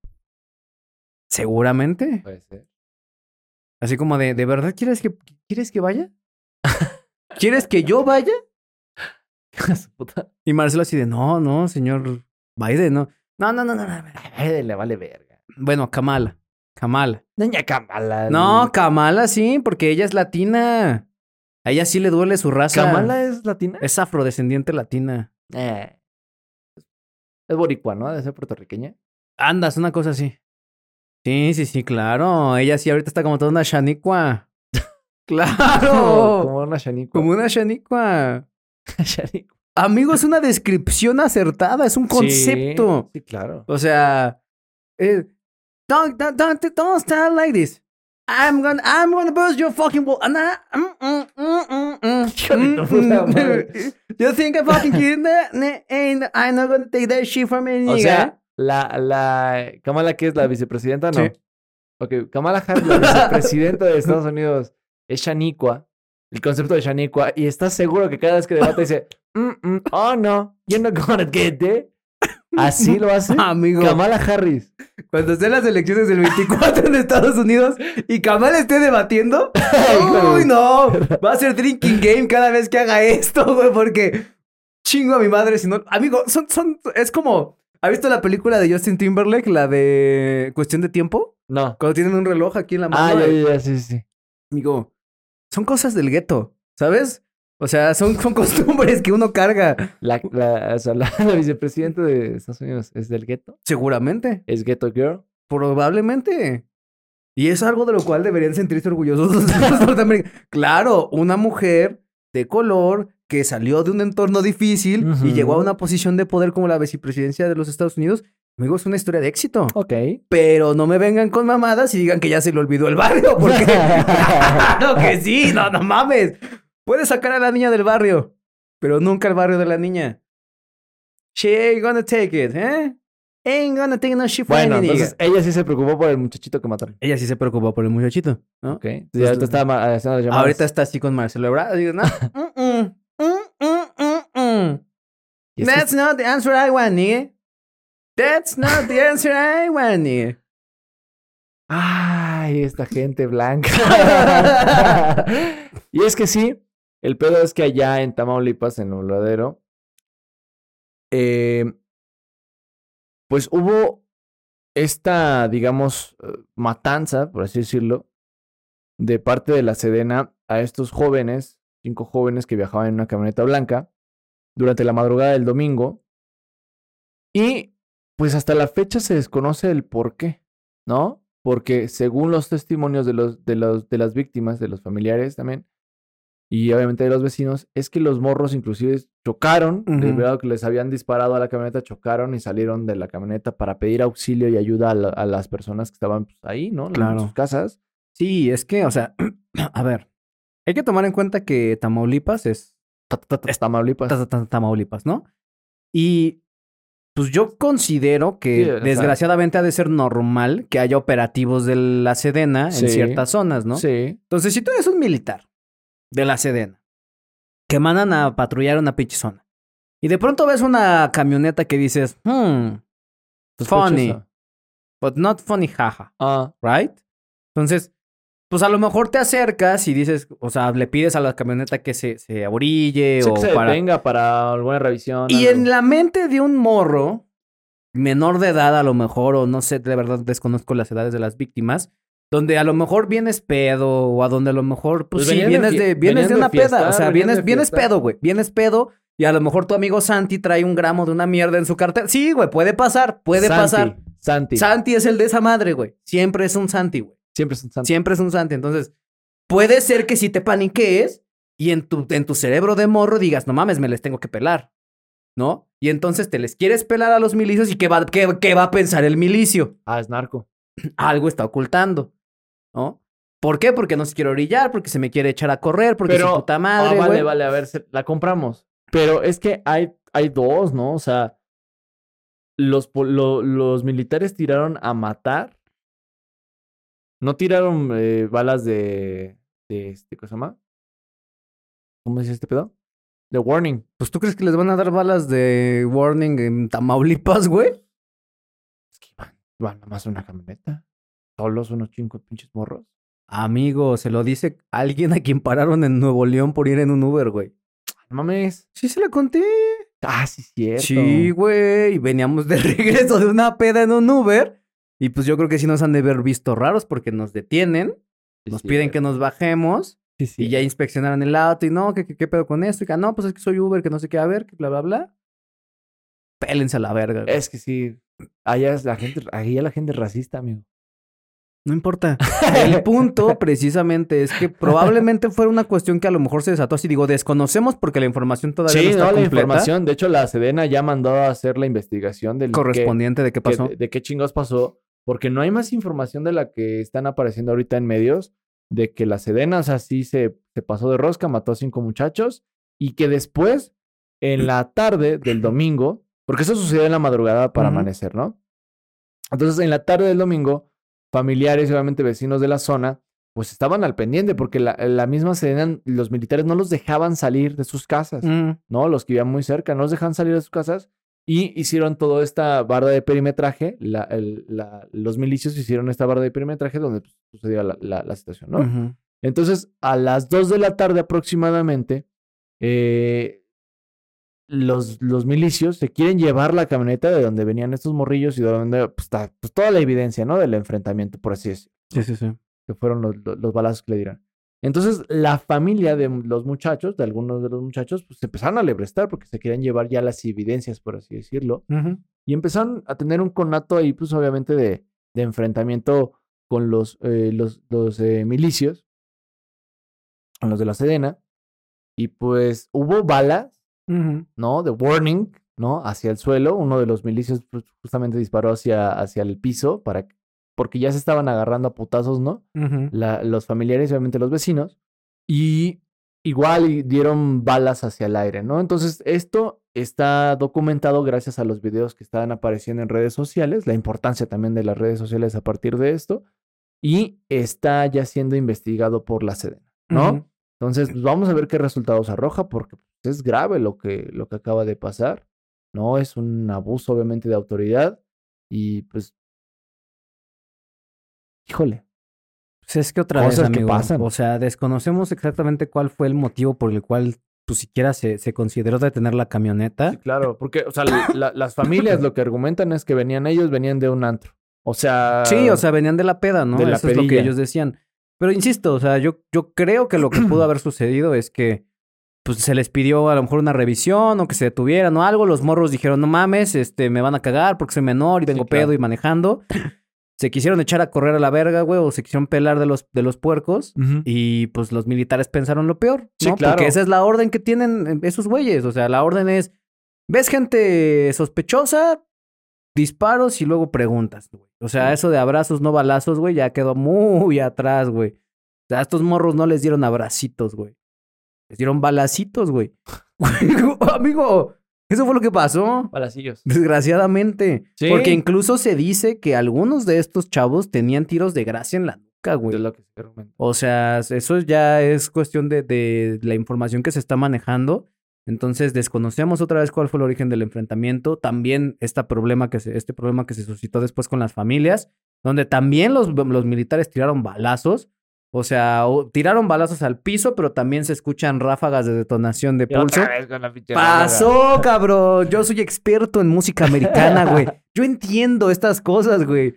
Seguramente. Puede ser. Así como de, ¿de verdad quieres que, quieres que vaya? ¿Quieres que yo vaya? Su puta Y Marcelo así de, no, no, señor Biden, no. No, no, no, no. no. Ay, le vale verga. Bueno, Kamala. Kamala. Doña Kamala. No, Kamala sí, porque ella es latina. A ella sí le duele su raza. ¿Kamala es latina? es afrodescendiente latina. Eh, Es boricua, ¿no? De ser puertorriqueña. Andas, una cosa así. Sí, sí, sí, claro. Ella sí ahorita está como toda una chanicua. Como- claro. Como una chanicua. Como una chanicua. chanicua. Amigo, es una descripción acertada, es un concepto. Sí, claro. O sea, eh, don't, don't, don't, don't stand like this. I'm gonna, I'm gonna bust your fucking wall. And I- mm, mm, mm, mm, mm, Hijo de tu mm, puta mm. madre. You think I'm fucking kidding? And I'm not gonna take that shit from me. O sea, la, la Kamala, que es la vicepresidenta, no. Sí. Ok, Kamala Harris, la vicepresidenta de Estados Unidos, es Shaniqua. El concepto de Shaniqua. Y estás seguro que cada vez que debate dice, "Mm, mm, oh no, you're not gonna get it. Así lo hace ¿eh? amigo. Kamala Harris. Cuando estén las elecciones del 24 en Estados Unidos y Kamal esté debatiendo, Hijo de- ¡Uy, no! Va a ser drinking game cada vez que haga esto, güey, porque chingo a mi madre si no... Amigo, son, son... Es como... ¿Has visto la película de Justin Timberlake, la de Cuestión de Tiempo? No. Cuando tienen un reloj aquí en la Ah, mano. ya, ya, ya, sí, sí, sí. Amigo, son cosas del gueto, ¿sabes? O sea, son, son costumbres que uno carga, La, la, o sea, la, la vicepresidenta de Estados Unidos es del gueto. seguramente. Es ghetto girl. Probablemente. Y es algo de lo cual deberían sentirse orgullosos los norteamericanos. Claro, una mujer de color que salió de un entorno difícil Ujú. y llegó a una posición de poder como la vicepresidencia de los Estados Unidos, amigo, es una historia de éxito. Ok. Pero no me vengan con mamadas y digan que ya se le olvidó el barrio, porque claro que sí, no, no mames. Puedes sacar a la niña del barrio, pero nunca al barrio de la niña. She ain't gonna take it, ¿eh? Ain't gonna take no shit from Bueno, any nigga. entonces ella sí se preocupó por el muchachito que mataron. Ella sí se preocupó por el muchachito, ¿no? Ok. Entonces, ahorita está ma- eh, haciendo las llamadas. Ahorita está así con Marcelo Ebrard. Digo, no. mm, mm, mm, mm, mm, mm. Y es que- That's not the answer I want, nigga. That's not the answer I want, nigga. Ay, esta gente blanca. y es que sí, el pedo es que allá en Tamaulipas, en Obradero, eh, pues hubo esta, digamos, eh, matanza, por así decirlo, de parte de la Sedena a estos jóvenes, cinco jóvenes que viajaban en una camioneta blanca durante la madrugada del domingo. Y pues hasta la fecha se desconoce el por qué, ¿no? Porque según los testimonios de, los, de, los, de las víctimas, de los familiares también, y obviamente de los vecinos, es que los morros inclusive chocaron, Ujú. debido a que les habían disparado a la camioneta, chocaron y salieron de la camioneta para pedir auxilio y ayuda a, la- a las personas que estaban pues, ahí, ¿no? En Claro. sus casas. Sí, es que, o sea, a ver, hay que tomar en cuenta que Tamaulipas es Ta- ta- ta- Tamaulipas. ta- ta- Tamaulipas, ¿no? Y pues yo considero que Sí, o sea- desgraciadamente ha de ser normal que haya operativos de la Sedena Sí. en ciertas zonas, ¿no? Sí. Entonces, si tú eres un militar de la Sedena, que mandan a patrullar una pinche zona, y de pronto ves una camioneta que dices, hmm, funny, Sospechosa. but not funny, jaja, Ah, right? Entonces, pues a lo mejor te acercas y dices, o sea, le pides a la camioneta que se, se orille sí o que se para... detenga para alguna revisión. Y algo. en la mente de un morro, menor de edad a lo mejor, o no sé, de verdad desconozco las edades de las víctimas, donde a lo mejor vienes pedo, o a donde a lo mejor, pues, Pues sí, venían de vienes fie- de, vienes venían de de una fiesta, peda, o sea, venían vienes, de vienes fiesta. pedo, güey, vienes pedo, y a lo mejor tu amigo Santi trae un gramo de una mierda en su cartera. Sí, güey, puede pasar, puede Santi, pasar. Santi. Santi es el de esa madre, güey. Siempre es un Santi, güey. Siempre es un Santi. Siempre es un Santi. Entonces, puede ser que si te paniquees y en tu, en tu cerebro de morro digas, no mames, me les tengo que pelar, ¿no? Y entonces te les quieres pelar a los milicios y ¿qué va, qué, qué va a pensar el milicio? Ah, es narco. Algo está ocultando, ¿no? ¿Por qué? Porque no se quiere orillar, porque se me quiere echar a correr, porque Pero- su puta Ah, madre, vale, güey. vale, a ver, se- la compramos. Pero es que hay, hay dos, ¿no? O sea, los, pol- lo- los militares tiraron a matar. No tiraron eh, balas de, de este, ¿cómo se llama? ¿Cómo dice este pedo? De warning. Pues tú crees que les van a dar balas de warning en Tamaulipas, güey? Es que iban, iban nomás una camioneta. Solos unos cinco pinches morros. Amigo, se lo dice alguien a quien pararon en Nuevo León por ir en un Uber, güey. Ah, No mames. Sí, se la conté. Ah, sí, cierto. Sí, güey. Y veníamos de regreso de una peda en un Uber. Y pues yo creo que sí nos han de ver visto raros porque nos detienen, nos piden que nos bajemos Sí, sí. y ya inspeccionaran el auto y no, que que- qué pedo con esto. Y que ah, no, pues es que soy Uber, que no sé qué, a ver, que bla, bla, bla. pélense a la verga. güey. Es que sí. Allá es la gente, allá la gente es racista, amigo. No importa. El punto precisamente es que probablemente fuera una cuestión que a lo mejor se desató así. Digo, desconocemos porque la información todavía no Sí, está no, la completa. información. De hecho, la Sedena ya mandó a hacer la investigación del correspondiente de qué que- pasó. de, de qué chingados pasó, porque no hay más información de la que están apareciendo ahorita en medios de que la Sedena, o sea, sí se, se pasó de rosca, mató a cinco muchachos y que después, en la tarde del domingo, porque eso sucedió en la madrugada para Ujú. amanecer, ¿no? Entonces, en la tarde del domingo, familiares y obviamente vecinos de la zona, pues estaban al pendiente porque la, la misma Sedena, los militares no los dejaban salir de sus casas. Mm. ¿no? Los que vivían muy cerca, no los dejaban salir de sus casas y hicieron toda esta barda de perimetraje. La, el- la- los milicios hicieron esta barda de perimetraje donde pues, sucedió la, la- la situación, ¿no? Ujú. Entonces, a las 2 de la tarde aproximadamente, eh, los, los milicios se quieren llevar la camioneta de donde venían estos morrillos y de donde pues, está pues, toda la evidencia, ¿no? Del enfrentamiento, por así decirlo Sí, sí, sí. que fueron los, los- los balazos que le dieron. Entonces, la familia de los muchachos, de algunos de los muchachos, pues se empezaron a lebrestar porque se querían llevar ya las evidencias, por así decirlo, y empezaron a tener un conato ahí, pues obviamente de, de enfrentamiento con los, eh, los, los, eh, milicios, con los de la Sedena, y pues hubo balas Ujú. ¿no? De warning, ¿no? Hacia el suelo. Uno de los milicios pues, justamente disparó hacia, hacia el piso para que- porque ya se estaban agarrando a putazos, ¿no? Ujú. La- los familiares y obviamente los vecinos. Y igual y dieron balas hacia el aire, ¿no? Entonces, esto está documentado gracias a los videos que están apareciendo en redes sociales, la importancia también de las redes sociales a partir de esto. Y está ya siendo investigado por la Sedena, ¿no? Ujú. Entonces, pues, vamos a ver qué resultados arroja, porque pues, es grave lo que, lo que acaba de pasar, ¿no? Es un abuso, obviamente, de autoridad y pues... Híjole. Pues es que otra Cosas vez, que amigo. pasan. O sea, desconocemos exactamente cuál fue el motivo por el cual pues siquiera se, se consideró detener la camioneta. claro, porque, o sea, la- la- las familias lo que argumentan es que venían ellos, venían de un antro. O sea... Sí, o sea, venían de la peda, ¿no? de la Eso es lo que pedilla. ellos decían. Pero insisto, o sea, yo, yo creo que lo que pudo haber sucedido es que pues se les pidió a lo mejor una revisión o que se detuvieran o algo. Los morros dijeron, no mames, este, me van a cagar porque soy menor y Sí, vengo claro. pedo y manejando. Se quisieron echar a correr a la verga, güey, o se quisieron pelar de los, de los puercos. Ujú. Y pues los militares pensaron lo peor, ¿no? Sí, claro. Porque esa es la orden que tienen eh, esos güeyes. O sea, la orden es, ves gente sospechosa, disparos y luego preguntas, güey. O sea, eso de abrazos, no balazos, güey, ya quedó muy atrás, güey. O sea, a estos morros no les dieron abracitos, güey. Les dieron balacitos, güey. Amigo, eso fue lo que pasó. Balacillos. Desgraciadamente. Sí. Porque incluso se dice que algunos de estos chavos tenían tiros de gracia en la nuca, güey. Es lo que se argumenta. O sea, eso ya es cuestión de, de la información que se está manejando. Entonces, desconocemos otra vez cuál fue el origen del enfrentamiento. También esta problema que se- este problema que se suscitó después con las familias, donde también los, los militares tiraron balazos. O sea, o- tiraron balazos al piso, pero también se escuchan ráfagas de detonación de pulso. Pasó, cabrón. Yo soy experto en música americana, güey. Yo entiendo estas cosas, güey.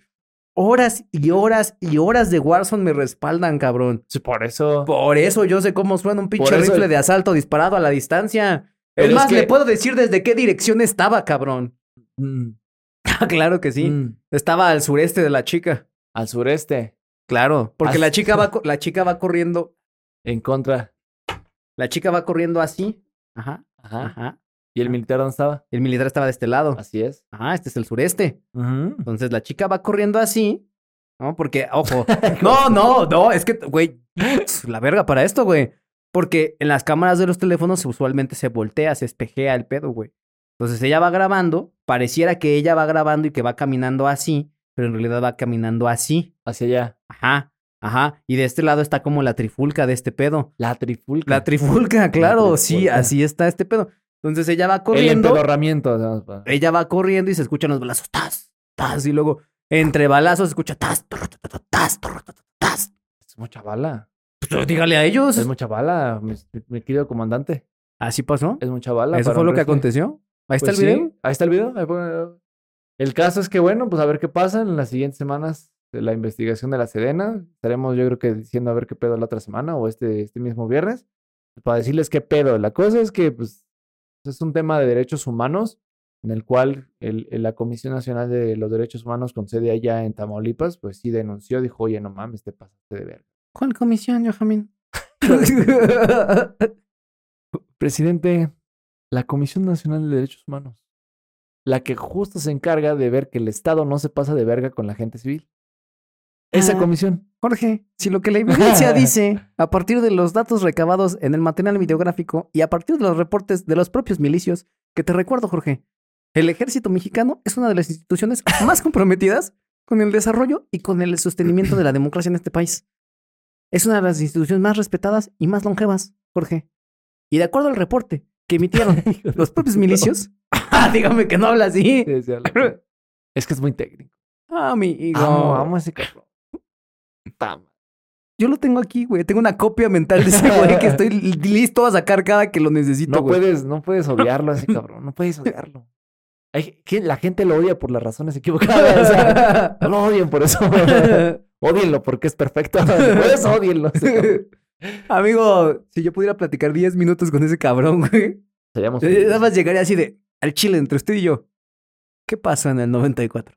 Horas y horas y horas de Warzone me respaldan, cabrón. Sí, por eso... Por eso yo sé cómo suena un pinche Por eso- rifle de asalto disparado a la distancia. Es Pero es más, que- le puedo decir desde qué dirección estaba, cabrón. Mm, Ah, claro que sí. mm, Estaba al sureste de la chica. al sureste, Claro. Porque As- la chica va co- la chica va corriendo. en contra. La chica va corriendo así. Ajá, Ajá. ajá. ¿Y el militar dónde estaba? El militar estaba de este lado. Así es. Ajá, este es el sureste. Ujú. Entonces la chica va corriendo así, ¿no? Porque, ojo, no, no, no, es que, güey, la verga para esto, güey. Porque en las cámaras de los teléfonos usualmente se voltea, se espejea el pedo, güey. Entonces ella va grabando, pareciera que ella va grabando y que va caminando así, pero en realidad va caminando así. Hacia allá. Ajá, ajá. Y de este lado está como la trifulca de este pedo. La trifulca. La trifulca, claro, sí, trifulca. así está este pedo. Entonces ella va El corriendo empedorramiento. digamos, pa- ella va corriendo y se escuchan los balazos, tas, tas, y luego entre balazos se escucha tas, turru, tu, tu, tu, tas, turru, tu, tu, tas. Es mucha bala. Pues, dígale a ellos. Es mucha bala, mi, mi querido comandante. Así pasó. Es mucha bala. Eso para fue un lo que rifle. aconteció. Ahí está Pues sí, el video. Ahí está el video. ahí pon- eh, El caso es que, bueno, pues a ver qué pasa en las siguientes semanas de la investigación de la Sedena. Estaremos, yo creo que diciendo a ver qué pedo la otra semana o este, este mismo viernes. pues, Para decirles qué pedo. La cosa es que, pues, es un tema de derechos humanos en el cual el- el- la Comisión Nacional de los Derechos Humanos con sede allá en Tamaulipas, pues sí denunció, dijo, oye, no mames, te pasaste de verga. ¿Cuál comisión, Benjamín? Presidente, la Comisión Nacional de Derechos Humanos, la que justo se encarga de ver que el Estado no se pasa de verga con la gente civil. Esa Ah. comisión. Jorge, si lo que la evidencia dice, a partir de los datos recabados en el material videográfico y a partir de los reportes de los propios milicios, que te recuerdo, Jorge, el ejército mexicano es una de las instituciones más comprometidas con el desarrollo y con el sostenimiento de la democracia en este país. Es una de las instituciones más respetadas y más longevas, Jorge. Y de acuerdo al reporte que emitieron los propios milicios, Ah, dígame que no habla así. Sí, sí, a la- es que es muy técnico. Ah, mi Amo, amo a ese cabrón. Ta madre. Yo lo tengo aquí, güey. Tengo una copia mental de ese güey que estoy li- listo a sacar cada que lo necesito, No pues. güey. puedes, no puedes odiarlo a ese cabrón. No puedes odiarlo. Hay gen- la gente lo odia por las razones equivocadas. o sea, no lo odien por eso. Odienlo porque es perfecto. Por eso odienlo. ese cabrón. Amigo, si yo pudiera platicar 10 minutos con ese cabrón, güey, Seríamos eh, nada felices. más llegaría así de al chile entre usted y yo. ¿Qué pasó en el 94?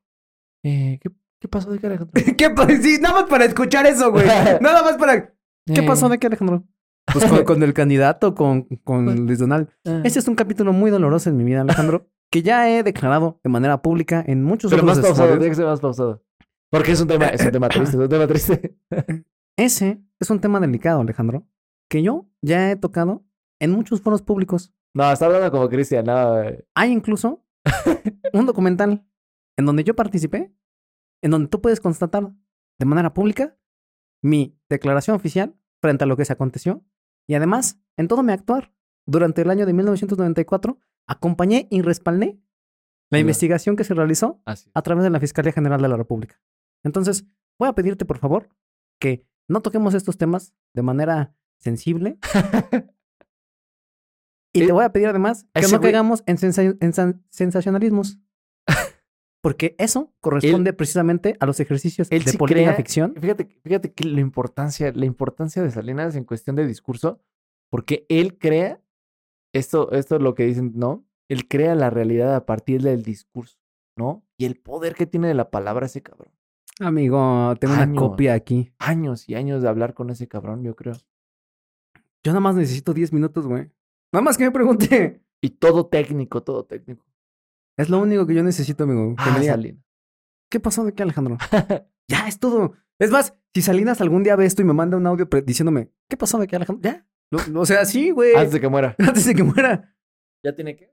Eh, ¿qué, ¿Qué pasó de qué, Alejandro? ¿Qué pa- sí, nada más para escuchar eso, güey. Nada más para. ¿Qué pasó Eh. de qué, Alejandro? Pues con, con el candidato, con, Pues, con Luis eh. Donald. Este es un capítulo muy doloroso en mi vida, Alejandro, que ya he declarado de manera pública en muchos Pero más otros pausado, espacios. tiene que ser más pausado. Porque es un tema, es un tema triste, es un tema triste. Ese es un tema delicado, Alejandro, que yo ya he tocado en muchos foros públicos. No, está hablando como Cristian, no. eh. Hay incluso un documental en donde yo participé, en donde tú puedes constatar de manera pública mi declaración oficial frente a lo que se aconteció y además en todo mi actuar durante el año de 1994 acompañé y respaldé la Ya. investigación que se realizó Así. a través de la Fiscalía General de la República. Entonces, voy a pedirte, por favor, que no toquemos estos temas de manera sensible. y te voy Eh, a pedir, además, que ese no güey- caigamos en, sensa- en san- sensacionalismos. Porque eso corresponde precisamente a los ejercicios él de sí política crea- ficción. Fíjate, fíjate que la importancia, la importancia de Salinas en cuestión de discurso, porque él crea, esto, esto es lo que dicen, ¿no? Él crea la realidad a partir del discurso, ¿no? Y el poder que tiene de la palabra ese cabrón. Amigo, tengo una Años. copia aquí. Años y años de hablar con ese cabrón, yo creo. Yo nada más necesito 10 minutos, güey. Nada más que me pregunte. Y todo técnico, todo técnico. Es lo único que yo necesito, amigo. Que Ah, me diga, Salinas. ¿Qué pasó de qué, Alejandro? ya, es todo. Es más, si Salinas algún día ve esto y me manda un audio pre- diciéndome, ¿qué pasó de qué, Alejandro? Ya. Lo- lo- o sea, sí, güey. Antes de que muera. Antes de que muera. Ya tiene que.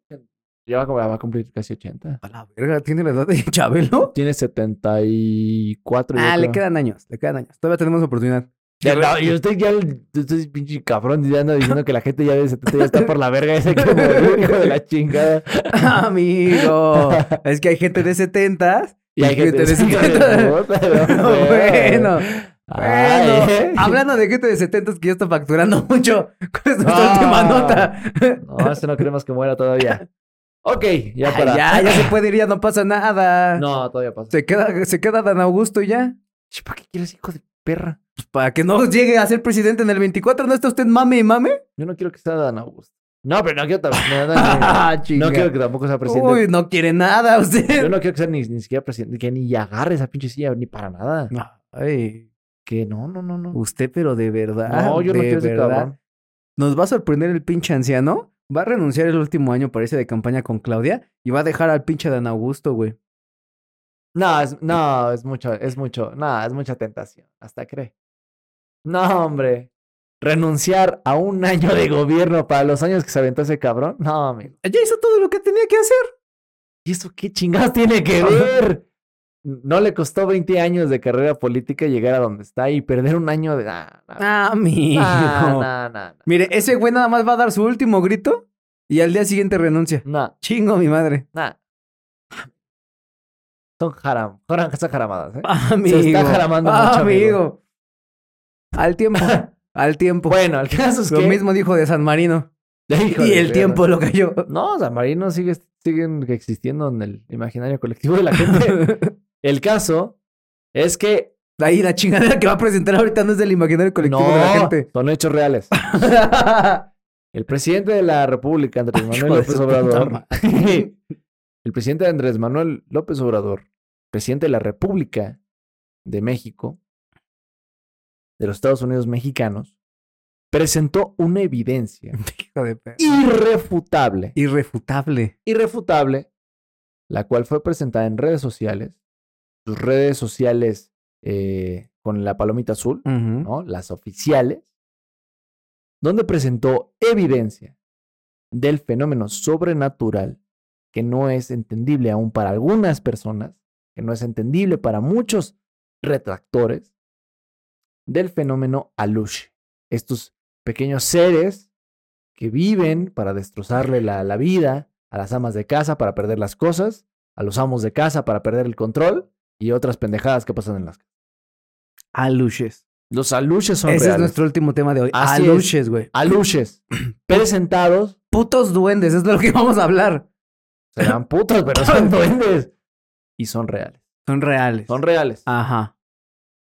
Ya va, a cum- va a cumplir casi 80. A la verga, tiene la edad de Chabelo. Tiene 74. yo Ah, le creo. quedan años, le quedan años. Todavía tenemos oportunidad. Ya, no, y usted ya, usted es pinche cabrón, ya anda diciendo que la gente ya de 70 ya está por la verga, ese que murió, hijo de la chingada. Amigo, es que hay gente de 70. Y hay gente de 70. 70. Pero, bueno, Eh. Ay, bueno. eh. Hablando de gente de 70 que ya está facturando mucho, ¿cuál es nuestra Ah. última nota? No, eso no queremos que muera todavía. Ok, ya Ay, para. ya, ya se puede ir, ya no pasa nada. No, todavía pasa. Se queda, se queda Dan Augusto y ya. Che, ¿Para qué quieres, hijo de perra? Para que no llegue a ser presidente en el 24, ¿no está usted mame y mame? Yo no quiero que sea Dan Augusto. No, pero no quiero, tam- no, no, no, Ah, chinga. no quiero que tampoco sea presidente. Uy, no quiere nada Yo usted. no quiero que sea ni, ni siquiera presidente, que ni agarre esa pinche silla, ni para nada. Ay, Que no, no, no, no. usted, pero de verdad. no, yo no Ah, de quiero ese verdad. cabrón. Nos va a sorprender el pinche anciano. Va a renunciar el último año, parece, de campaña con Claudia. Y va a dejar al pinche Dan Augusto, güey. No, es, no, es mucho, es mucho, no, es mucha tentación, hasta cree. No, hombre, renunciar a un año de gobierno para los años que se aventó ese cabrón, no, amigo. Ya hizo todo lo que tenía que hacer. ¿Y eso qué chingados tiene que ver? No le costó 20 años de carrera política llegar a donde está y perder un año de... Ah, no, Ah, mi. Ah, no, no, no, no, Mire, ese güey nada más va a dar su último grito. Y al día siguiente renuncia. no, Chingo, mi madre. no. Son jaram, jaram- son jaramadas, ¿eh? Amigo. jaramando mucho, amigo. Al tiempo. al tiempo. Bueno, el caso es lo que... mismo dijo de San Marino. Hijo y de el perra. tiempo lo cayó. No, San Marino sigue, siguen existiendo en el imaginario colectivo de la gente. el caso es que Ahí la chingadera que va a presentar ahorita no es del imaginario colectivo no, de la gente. son hechos reales. El presidente de la República, Andrés Hijo Manuel de López su puta Obrador, madre. el presidente Andrés Manuel López Obrador, presidente de la República de México, de los Estados Unidos mexicanos, presentó una evidencia Hijo de pe- irrefutable, Irrefutable. irrefutable, la cual fue presentada en redes sociales, sus redes sociales eh, con la palomita azul, Ujú. ¿no? Las oficiales, donde presentó evidencia del fenómeno sobrenatural que no es entendible aún para algunas personas, que no es entendible para muchos retractores, del fenómeno Alush. Estos pequeños seres que viven para destrozarle la, la vida a las amas de casa para perder las cosas, a los amos de casa para perder el control y otras pendejadas que pasan en las casas. Aluches. Los aluches son Ese es reales. nuestro último tema de hoy. Así es. Aluches, güey. aluches presentados Putos duendes, es de lo que vamos a hablar. serán putas, pero son duendes. Y son reales. Son reales. Son reales. Ajá.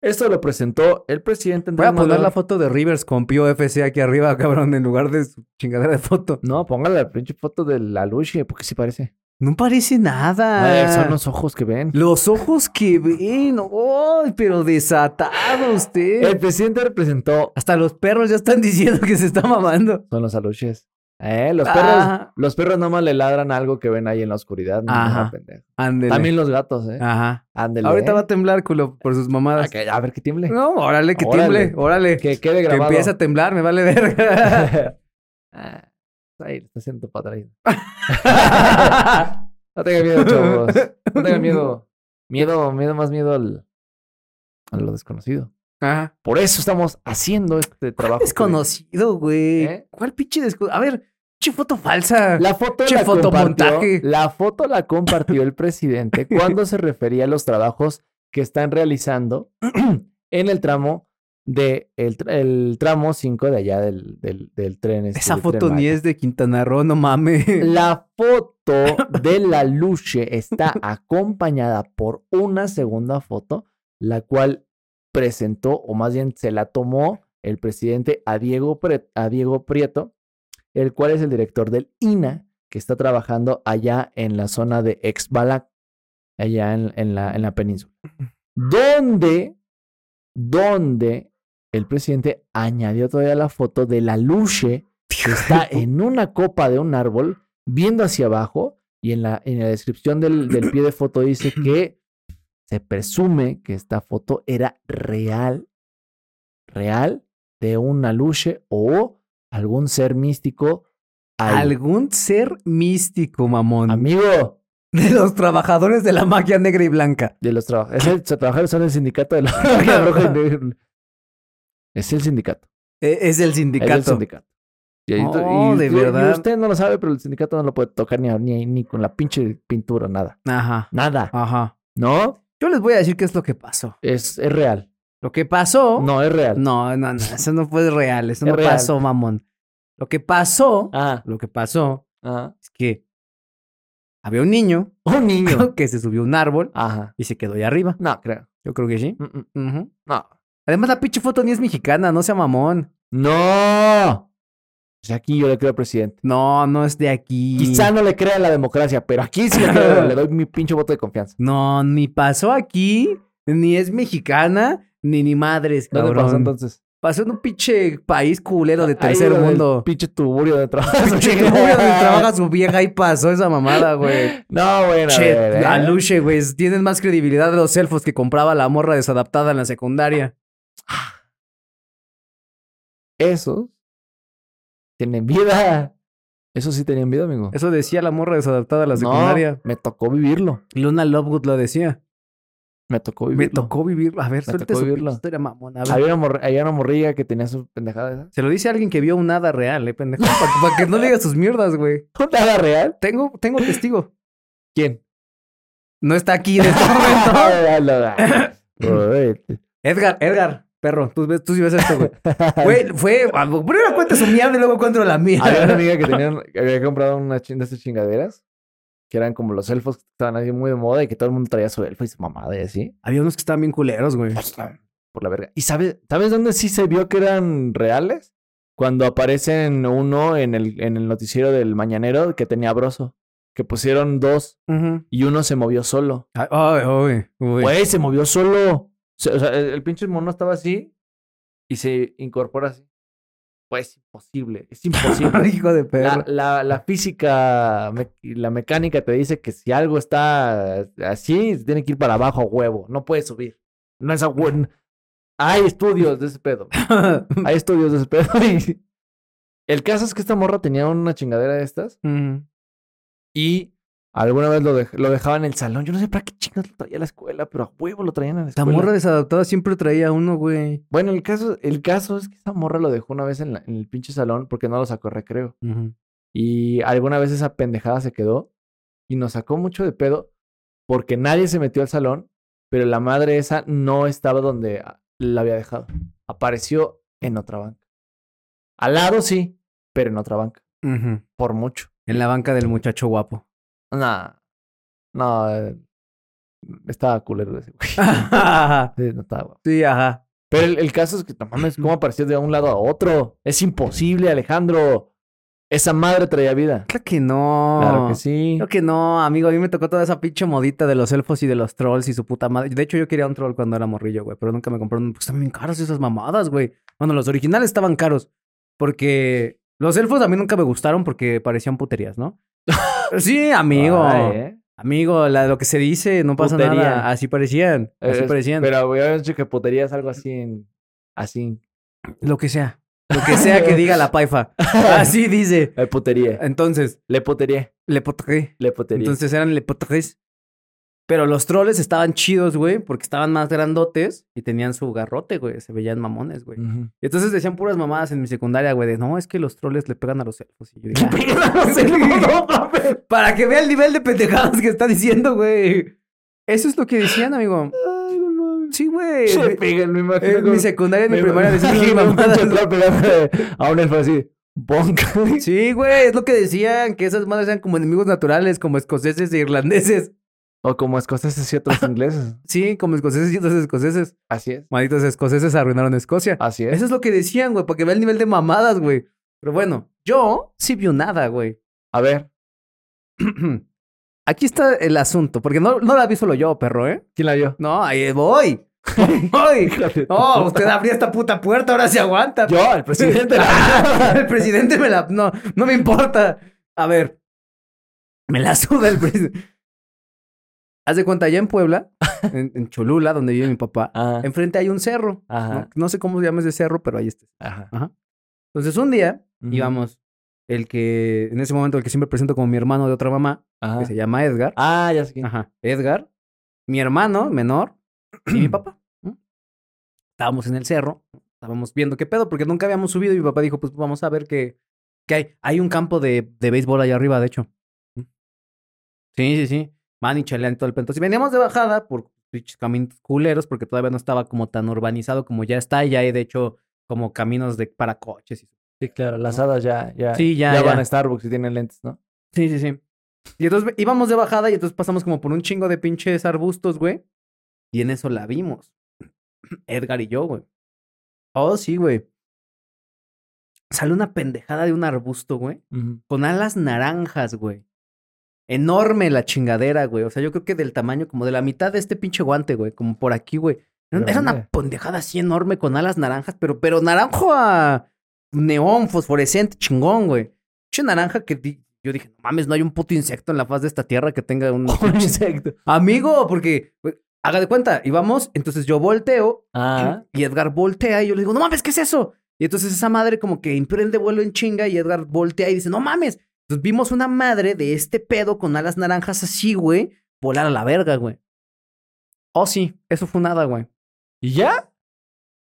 Esto lo presentó el presidente Voy Andrés a poner Manuel- la foto de Rivers con Pio FC aquí arriba, cabrón, en lugar de su chingadera de foto. No, póngale la pinche foto del aluche, porque sí parece. No parece nada. Ay, son los ojos que ven. Los ojos que ven. ¡Ay, pero desatado usted! El presidente representó. Hasta los perros ya están diciendo que se está mamando. Son los aluches. Eh, Ah. los perros. Ajá. Los perros nomás le ladran algo que ven ahí en la oscuridad. No, Ajá. No, pendejo. Ándele. También los gatos, eh. Ajá. Ándele. eh. Ahorita va a temblar, culo, por sus mamadas. Ah, que- a ver que tiemble. No, órale, que Órale. tiemble, órale. Que, Que quede grabado. empiece a temblar, me vale verga. Ah, ahí lo está haciendo para atrás. No tenga miedo, chavos. No tenga miedo. Miedo, miedo, más miedo al, a lo desconocido. Ajá. Por eso estamos haciendo este trabajo. Desconocido, güey. ¿Eh? ¿Cuál pinche desconocido? A ver, pinche foto falsa. La foto, Che, la compartió, fotomontaje. la foto la compartió el presidente cuando se refería a los trabajos que están realizando en el tramo de el, tr- el tramo 5 de allá del, del, del tren. este, Esa del tren foto ni Maya. es de Quintana Roo, no mames. La foto de la Luche está acompañada por una segunda foto, la cual presentó, o más bien se la tomó el presidente a Diego, Pre- a Diego Prieto, el cual es el director del INA, que está trabajando allá en la zona de Exbalac, allá en, en la, en la península. Donde, donde el presidente añadió todavía la foto de la Luche que está en una copa de un árbol viendo hacia abajo y en la, en la descripción del, del pie de foto dice que se presume que esta foto era real, real de un aluche o algún ser místico. ahí. Algún ser místico, mamón. Amigo De los trabajadores de la magia negra y blanca. de los trabajadores, es el, trabajadores son el sindicato de la Magia Roja y Negra. Es el sindicato. Eh, es del es el sindicato. sindicato. Y, ahí- Oh, y- de y- y verdad. usted no lo sabe, pero el sindicato no lo puede tocar ni, ni, ni con la pinche pintura, nada. Ajá. Nada. Ajá. ¿No? Yo les voy a decir qué es lo que pasó. Es, es real. Lo que pasó. No, es real. No, no, no, eso no fue real, eso Es no real. pasó, mamón. Lo que pasó, Ah, lo que pasó ah. es que había un niño Un niño. que se subió a un árbol Ajá. y se quedó ahí arriba. No, creo. Yo creo que sí. Mm, mm. Ujú. No. Además, la pinche foto ni es mexicana, no sea mamón. No. O sea, aquí yo le creo al presidente. No, no es de aquí. Quizá no le crea a la democracia, pero aquí sí le creo. le doy mi pinche voto de confianza. No, ni pasó aquí, ni es mexicana, ni ni madres, ¿Dónde cabrón. pasó entonces? Pasó en un pinche país culero de Ahí tercer donde el mundo. Pinche tuburio de trabajo. Pinche rubio donde trabaja su vieja y pasó esa mamada, güey. No, bueno. a Che, ver, ¿eh? Aluche, güey, tienes más credibilidad de los elfos que compraba la morra desadaptada en la secundaria. Esos tienen vida. Esos sí tenían vida, amigo. Eso decía la morra desadaptada en la secundaria. No, me tocó vivirlo. Luna Lovegood lo decía. Me tocó Me vivirlo. tocó vivir. A ver, Me suelta tocó su vivirlo. historia mamona. a ver. Había una, morri- había una morrilla que tenía su pendejada esa. Se lo dice alguien que vio un hada real, eh, pendejo. Para que, pa' que no le digas sus mierdas, güey. ¿Nada real? Tengo, tengo testigo. ¿Quién? No está aquí en este momento. Uy. Edgar, Edgar, perro, tú, ves, tú sí ves esto, güey. Güey, fue. ah, Primero cuenta su mierda y luego cuento la mía. Había una amiga que tenía, que había comprado una chin- de esas chingaderas, que eran como los elfos que estaban así muy de moda y que todo el mundo traía su elfo y su mamada y así, Había unos que estaban bien culeros, güey. por la verga. ¿Y sabes, sabes dónde sí se vio que eran reales? Cuando aparecen uno en el, en el noticiero del mañanero que tenía broso. que pusieron dos Ujú. y uno se movió solo. Ay, ay, uy, uy. Güey, se movió solo. Se- O sea, el, el pinche mono estaba así y se incorpora así. Pues es imposible, es imposible. Hijo de perro. La, la- la física, me- la mecánica te dice que si algo está así, se tiene que ir para abajo a huevo, no puede subir. No es a hue- Hay estudios de ese pedo. Hay estudios de ese pedo. y- El caso es que esta morra tenía una chingadera de estas Ujú. y alguna vez lo, dej- lo dejaba en el salón. Yo no sé para qué chingados lo traía a la escuela, pero a huevo lo traían a la La escuela. morra desadaptada siempre traía uno, güey. Bueno, el caso, el caso es que esa morra lo dejó una vez en, la- en el pinche salón porque no lo sacó a recreo. Y alguna vez esa pendejada se quedó y nos sacó mucho de pedo porque nadie se metió al salón, pero la madre esa no estaba donde a- la había dejado. Apareció en otra banca. Al lado sí, pero en otra banca, Ujú. por mucho. En la banca del muchacho guapo. Nah, no, eh, estaba culero ese güey. Sí, no estaba guapo. sí, ajá. Pero el, el caso es que, no mames, ¿cómo apareció de un lado a otro? Es imposible, Alejandro. Esa madre traía vida. Claro que no. Claro que sí. Creo que no, amigo. A mí me tocó toda esa pinche modita de los elfos y de los trolls y su puta madre. De hecho, yo quería un troll cuando era morrillo, güey. Pero nunca me compraron. Porque están bien caros esas mamadas, güey. Bueno, los originales estaban caros. Porque los elfos a mí nunca me gustaron porque parecían puterías, ¿no? sí, amigo. Ay, ¿eh? Amigo, la- lo que se dice no pasa Putería. nada. Así parecían. Así Eh, Es- parecían. Pero había dicho que putería es algo así en... Así. Lo que sea. Lo que sea que diga la paifa. Así dice. Le putería. Entonces, Le putería. le potré. Le putería. Eh, Entonces eran lepotres. Pero los troles estaban chidos, güey, porque estaban más grandotes y tenían su garrote, güey. Se veían mamones, güey. Ujú. Y entonces decían puras mamadas en mi secundaria, güey, de no, es que los troles le pegan a los elfos. Y yo dije, "Ah, Para que vea el nivel de pendejadas que está diciendo, güey. Eso es lo que decían, amigo. Ay, no mames. Sí, güey. Se Me- pegan, me imagino. En Eh, mi como- secundaria, en mi me primaria, decían esas imagino un mamadas. pinche troll pegándole A un elfo así. Bonk. Sí, güey, es lo que decían, que esas madres eran como enemigos naturales, como escoceses e irlandeses. O como escoceses y otros ingleses. Sí, como escoceses y otros escoceses. Así es. Malditos escoceses arruinaron Escocia. Así es. Eso es lo que decían, güey, para que vea el nivel de mamadas, güey. Pero bueno, yo sí vio nada, güey. A ver, Aquí está el asunto, porque no, no la vi solo yo, perro, ¿eh? ¿quién la vio? No, ahí voy. ¡Voy! Híjole, No, usted abrió esta puta puerta, ahora se aguanta. Yo, el presidente. el presidente me la. No, no me importa. A ver. Me la suda el presidente. Haz de cuenta, allá en Puebla, en, en Cholula, donde vive mi papá, Ah, enfrente hay un cerro. Ajá. Eh, No, no sé cómo se llama ese cerro, pero ahí está. Ajá. Entonces, un día Ujú. íbamos, el que en ese momento, el que siempre presento como mi hermano de otra mamá, Ajá. que se llama Edgar. Ah, ya sé quién. Ajá, Edgar, mi hermano menor y mi papá. ¿no? Estábamos en el cerro, estábamos viendo qué pedo, porque nunca habíamos subido y mi papá dijo, pues vamos a ver qué, qué hay. Hay un campo de, de béisbol allá arriba, de hecho. Sí, sí, sí. Van y chalean todo el pedo. Entonces veníamos de bajada por pinches caminos culeros, porque todavía no estaba como tan urbanizado como ya está. y Ya hay, de hecho, como caminos de, para coches y Sí, claro, las hadas ya, ya. Sí, ya, ya. van a Starbucks y tienen lentes, ¿no? Sí, sí, sí. Y entonces ve- íbamos de bajada y entonces pasamos como por un chingo de pinches arbustos, güey. Y en eso la vimos. Edgar y yo, güey. Oh, sí, güey. Sale una pendejada de un arbusto, güey. Con alas naranjas, güey. Enorme la chingadera, güey. O sea, yo creo que del tamaño como de la mitad de este pinche guante, güey. Como por aquí, güey. Era, Grande. era una pendejada así enorme con alas naranjas, pero, pero naranjo a neón, fosforescente, chingón, güey. Pinche naranja que di- yo dije, no mames, no hay un puto insecto en la faz de esta tierra que tenga un... Un insecto. Amigo, porque... güey, Haga de cuenta, y vamos, entonces yo volteo Ah. y Edgar voltea y yo le digo, no mames, ¿qué es eso? Y entonces esa madre como que emprende vuelo en chinga y Edgar voltea y dice, no mames. Entonces vimos una madre de este pedo con alas naranjas así, güey, volar a la verga, güey. Oh, sí, eso fue nada, güey. ¿Y ya?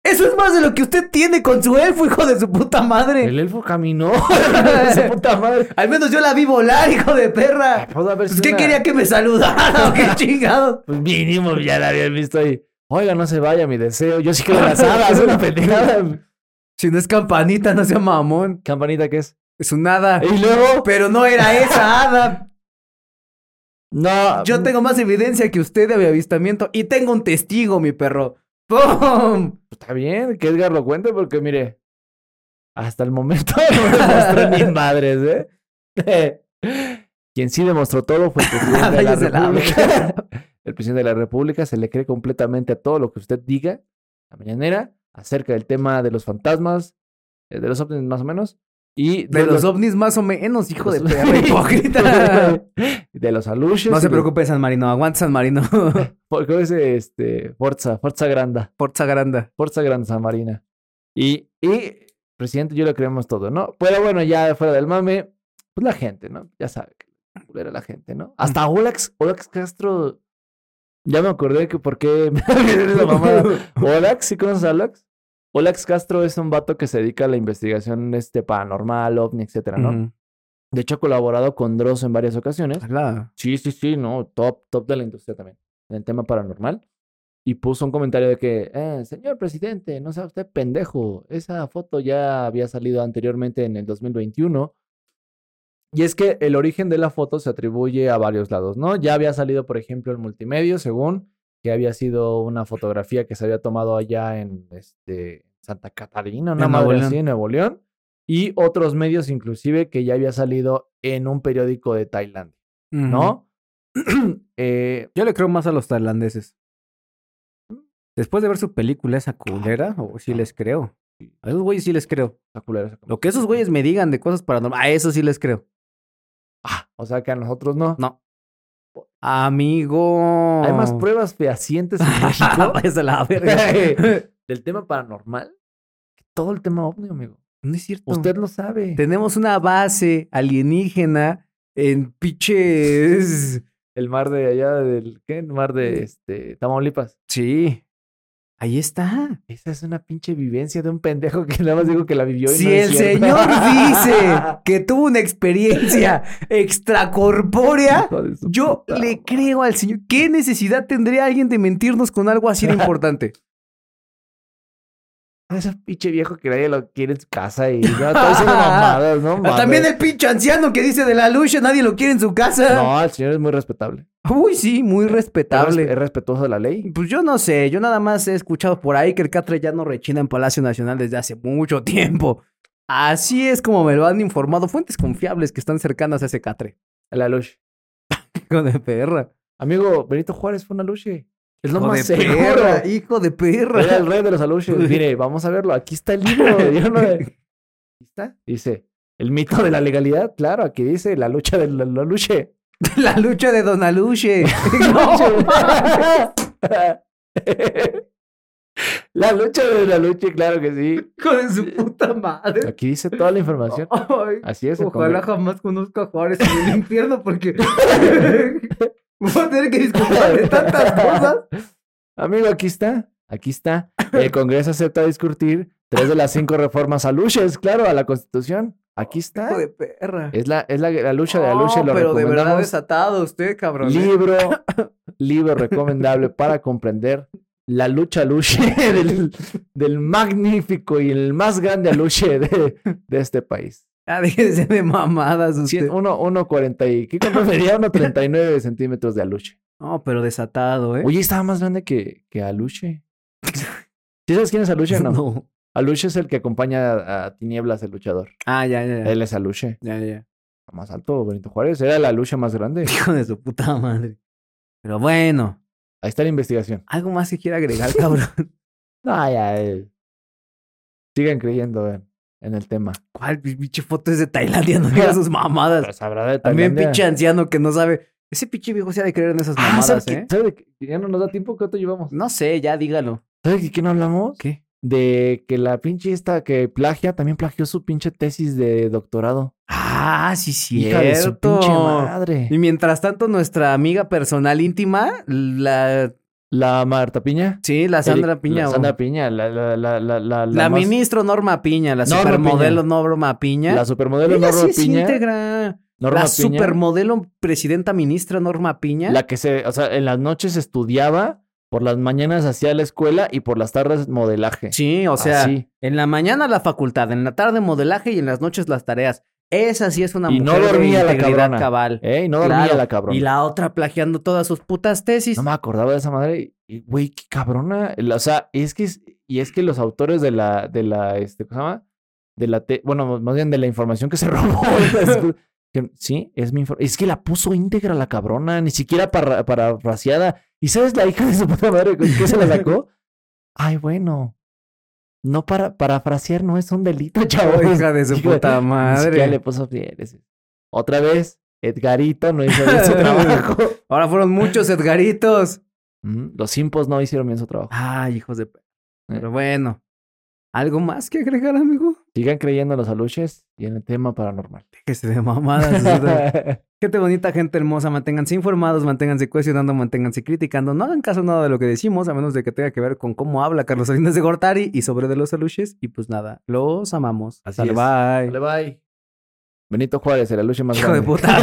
Eso es más de lo que usted tiene con su elfo, hijo de su puta madre. El elfo caminó. Esa puta madre. Al menos yo la vi volar, hijo de perra. Pudo haber Pues, sido ¿Qué una- quería que me saludara? ¿O ¿Qué chingado? Pues mínimo, ya la habían visto ahí. Oiga, no se vaya mi deseo. Yo sí quiero las hadas. una pendejada. Si no es campanita, no sea mamón. Campanita, ¿qué es? Es un hada. Y luego. Pero no era esa hada. No. Yo tengo más evidencia que usted de mi avistamiento y tengo un testigo, mi perro. ¡Pum! pues, Está bien que Edgar lo cuente porque, mire, hasta el momento no me mostró ni madres, ¿eh? Quien sí demostró todo fue el presidente de la Váyase la República. el presidente de la República se le cree completamente a todo lo que usted diga, la mañanera, acerca del tema de los fantasmas, eh, de los ovnis más o menos, y De los ovnis más o menos, hijo de los- perra hipócrita. de los aluches. No y se de- preocupe, San Marino. Aguanta, San Marino. Porque es este, Forza, Forza Granda. Forza Granda. Forza Gran San Marina. Y, y, presidente, yo lo creemos todo, ¿no? Pero bueno, ya fuera del mame, pues la gente, ¿no? Ya sabe que era la gente, ¿no? Hasta Olax, Olax Castro. Ya me acordé que por qué me olvidé de esa mamada. Olax, ¿sí conoces a Olax? Olax Castro es un vato que se dedica a la investigación este, paranormal, ovni, etcétera, ¿no? Ujú. De hecho, ha colaborado con Dross en varias ocasiones. Ala. Sí, sí, sí, no, top, top de la industria también, en el tema paranormal. Y puso un comentario de que, eh, señor presidente, no sea usted pendejo, esa foto ya había salido anteriormente en el 2021. Y es que el origen de la foto se atribuye a varios lados, ¿no? Ya había salido, por ejemplo, el multimedio, según que había sido una fotografía que se había tomado allá en este, Santa Catarina, una En Nuevo madre León. así, en Nuevo León, y otros medios inclusive que ya había salido en un periódico de Tailandia. Ujú. ¿no? Eh, Yo le creo más a los tailandeses. Después de ver su película, esa culera, o Ah. sí les creo. A esos güeyes sí les creo. está culero ese comentario. Lo que esos güeyes me digan de cosas paranormales, a eso sí les creo. Ah, o sea que a nosotros no. No. Amigo. Ah, Hay más pruebas fehacientes en México Váyase a la verga. del tema paranormal que todo el tema ovni, amigo. no es cierto. Usted lo sabe. Tenemos una base alienígena en pinches. El mar de allá del ¿qué? El mar de este Tamaulipas. Sí. Ahí está. Esa es una pinche vivencia de un pendejo que nada más digo que la vivió y si no es el cierto. señor dice que tuvo una experiencia extracorpórea, Hijo de su yo puta le madre. creo al señor. ¿Qué necesidad tendría alguien de mentirnos con algo así de importante? Ese pinche viejo que nadie lo quiere en su casa y no, está diciendo mamadas, no mames. También el pinche anciano que dice de la lucha, nadie lo quiere en su casa. No, el señor es muy respetable. Uy, sí, muy Es, respetable. es respetuoso de la ley. Pues yo no sé, yo nada más he escuchado por ahí que el Catre ya no rechina en Palacio Nacional desde hace mucho tiempo. Así es como me lo han informado fuentes confiables que están cercanas a ese Catre. La luz. Hijo de perra. Amigo, Benito Juárez fue un aluche. Es lo Hijo más de seguro. perra, hijo de Era el perra. rey de los aluches. Mire, vamos a verlo. Aquí está el libro. Yo no- Aquí está. Dice, el mito de la legalidad. Claro, aquí dice la lucha del del aluche. La lucha de Don Aluche. la lucha del aluche, claro que sí. Hijo de su puta madre. Aquí dice toda la información. Ay, Así es. el ojalá Congreso. jamás conozca a Juárez en el infierno porque voy a tener que disculpar de tantas cosas. Amigo, aquí está. Aquí está. El Congreso acepta discutir tres de las cinco reformas aluches, claro, a la Constitución. Aquí está. Hijo de perra. Es la, es la, la lucha de la lucha y No, lo pero de verdad recomendamos. desatado usted, cabrón. ¿eh? libro, libro recomendable para comprender la lucha aluche del, del magnífico y el más grande aluche de, de este país. Ah, déjese de mamadas usted. Cien- uno- uno cuarenta y... ¿Qué cuánto medía? Uno treinta y nueve centímetros de aluche. No, pero desatado, ¿eh? Oye, estaba más grande que, que aluche. ¿Sí sabes quién es aluche o no? No. Aluche es el que acompaña a, a Tinieblas, el luchador. Ah, ya, ya, ya. Él es aluche. Ya, ya. Más alto, Benito Juárez. Era la lucha más grande. Hijo de su puta madre. Pero bueno, Ahí está la investigación. algo más que quiera agregar, cabrón. No, ya, eh. Sigan creyendo en, en el tema. ¿Cuál pinche foto es de Tailandia? No diga sus mamadas. Pues habrá de También Tailandia. pinche anciano que no sabe. Ese pinche viejo se ha de creer en esas Ah, ¿sabes mamadas, qué? ¿eh? ¿Sabes qué? Ya no nos da tiempo. ¿Cuánto llevamos? No sé, ya dígalo. ¿Sabes de qué no hablamos? ¿Qué? De que la pinche esta que plagia también plagió su pinche tesis de doctorado. Ah, sí, Hija de su cierto. pinche madre. Y mientras tanto, nuestra amiga personal íntima, la. La Marta Piña. Sí, la Sandra Eric- Piña. La o- Sandra Piña. La, la, la, la, la, La, más- ministro Norma Piña, la Norma supermodelo Norma Piña. La supermodelo Ella Norma sí es Piña. íntegra. Norma la Piña. supermodelo presidenta ministra Norma Piña. La que se, o sea, en las noches estudiaba, por las mañanas hacía la escuela y por las tardes modelaje. Sí, o sea, Así. en la mañana la facultad, en la tarde modelaje y en las noches las tareas. Esa sí es una Y no mujer dormía de la integridad cabrona. cabal. ¿Eh? Y no dormía Claro. la cabrona. Y la otra plagiando todas sus putas tesis. No me acordaba de esa madre. Y, güey, qué cabrona. La- O sea, es que, es- y es que los autores de la, de la, este, ¿cómo se llama? De la, te- bueno, más bien de la información que se robó. Que- sí, es mi información. Es que la puso íntegra la cabrona, ni siquiera para parafraseada. ¿Y sabes la hija de su puta madre con qué se la sacó? Ay, bueno. No para parafrasear no es un delito, chavo. Oh, Hija de su Hijo puta Ni siquiera le madre. puso fieles. Otra vez, Edgarito no hizo bien su trabajo. Ahora fueron muchos Edgaritos. Mm, Los simpos no hicieron bien su trabajo. Ay, hijos Eh. de... pe- Pero bueno. ¿Algo más que agregar, amigo? Sigan creyendo en los aluches y en el tema paranormal. Déjese de mamadas. o sea. Gente bonita, gente hermosa, manténganse informados, manténganse cuestionando, manténganse criticando. No hagan caso a nada de lo que decimos, a menos de que tenga que ver con cómo habla Carlos Salinas de Gortari y sobre de los aluches. Y pues nada, los amamos. Así Hasta es. bye. Dale, bye. Benito Juárez, el aluche más Hijo de grande. puta.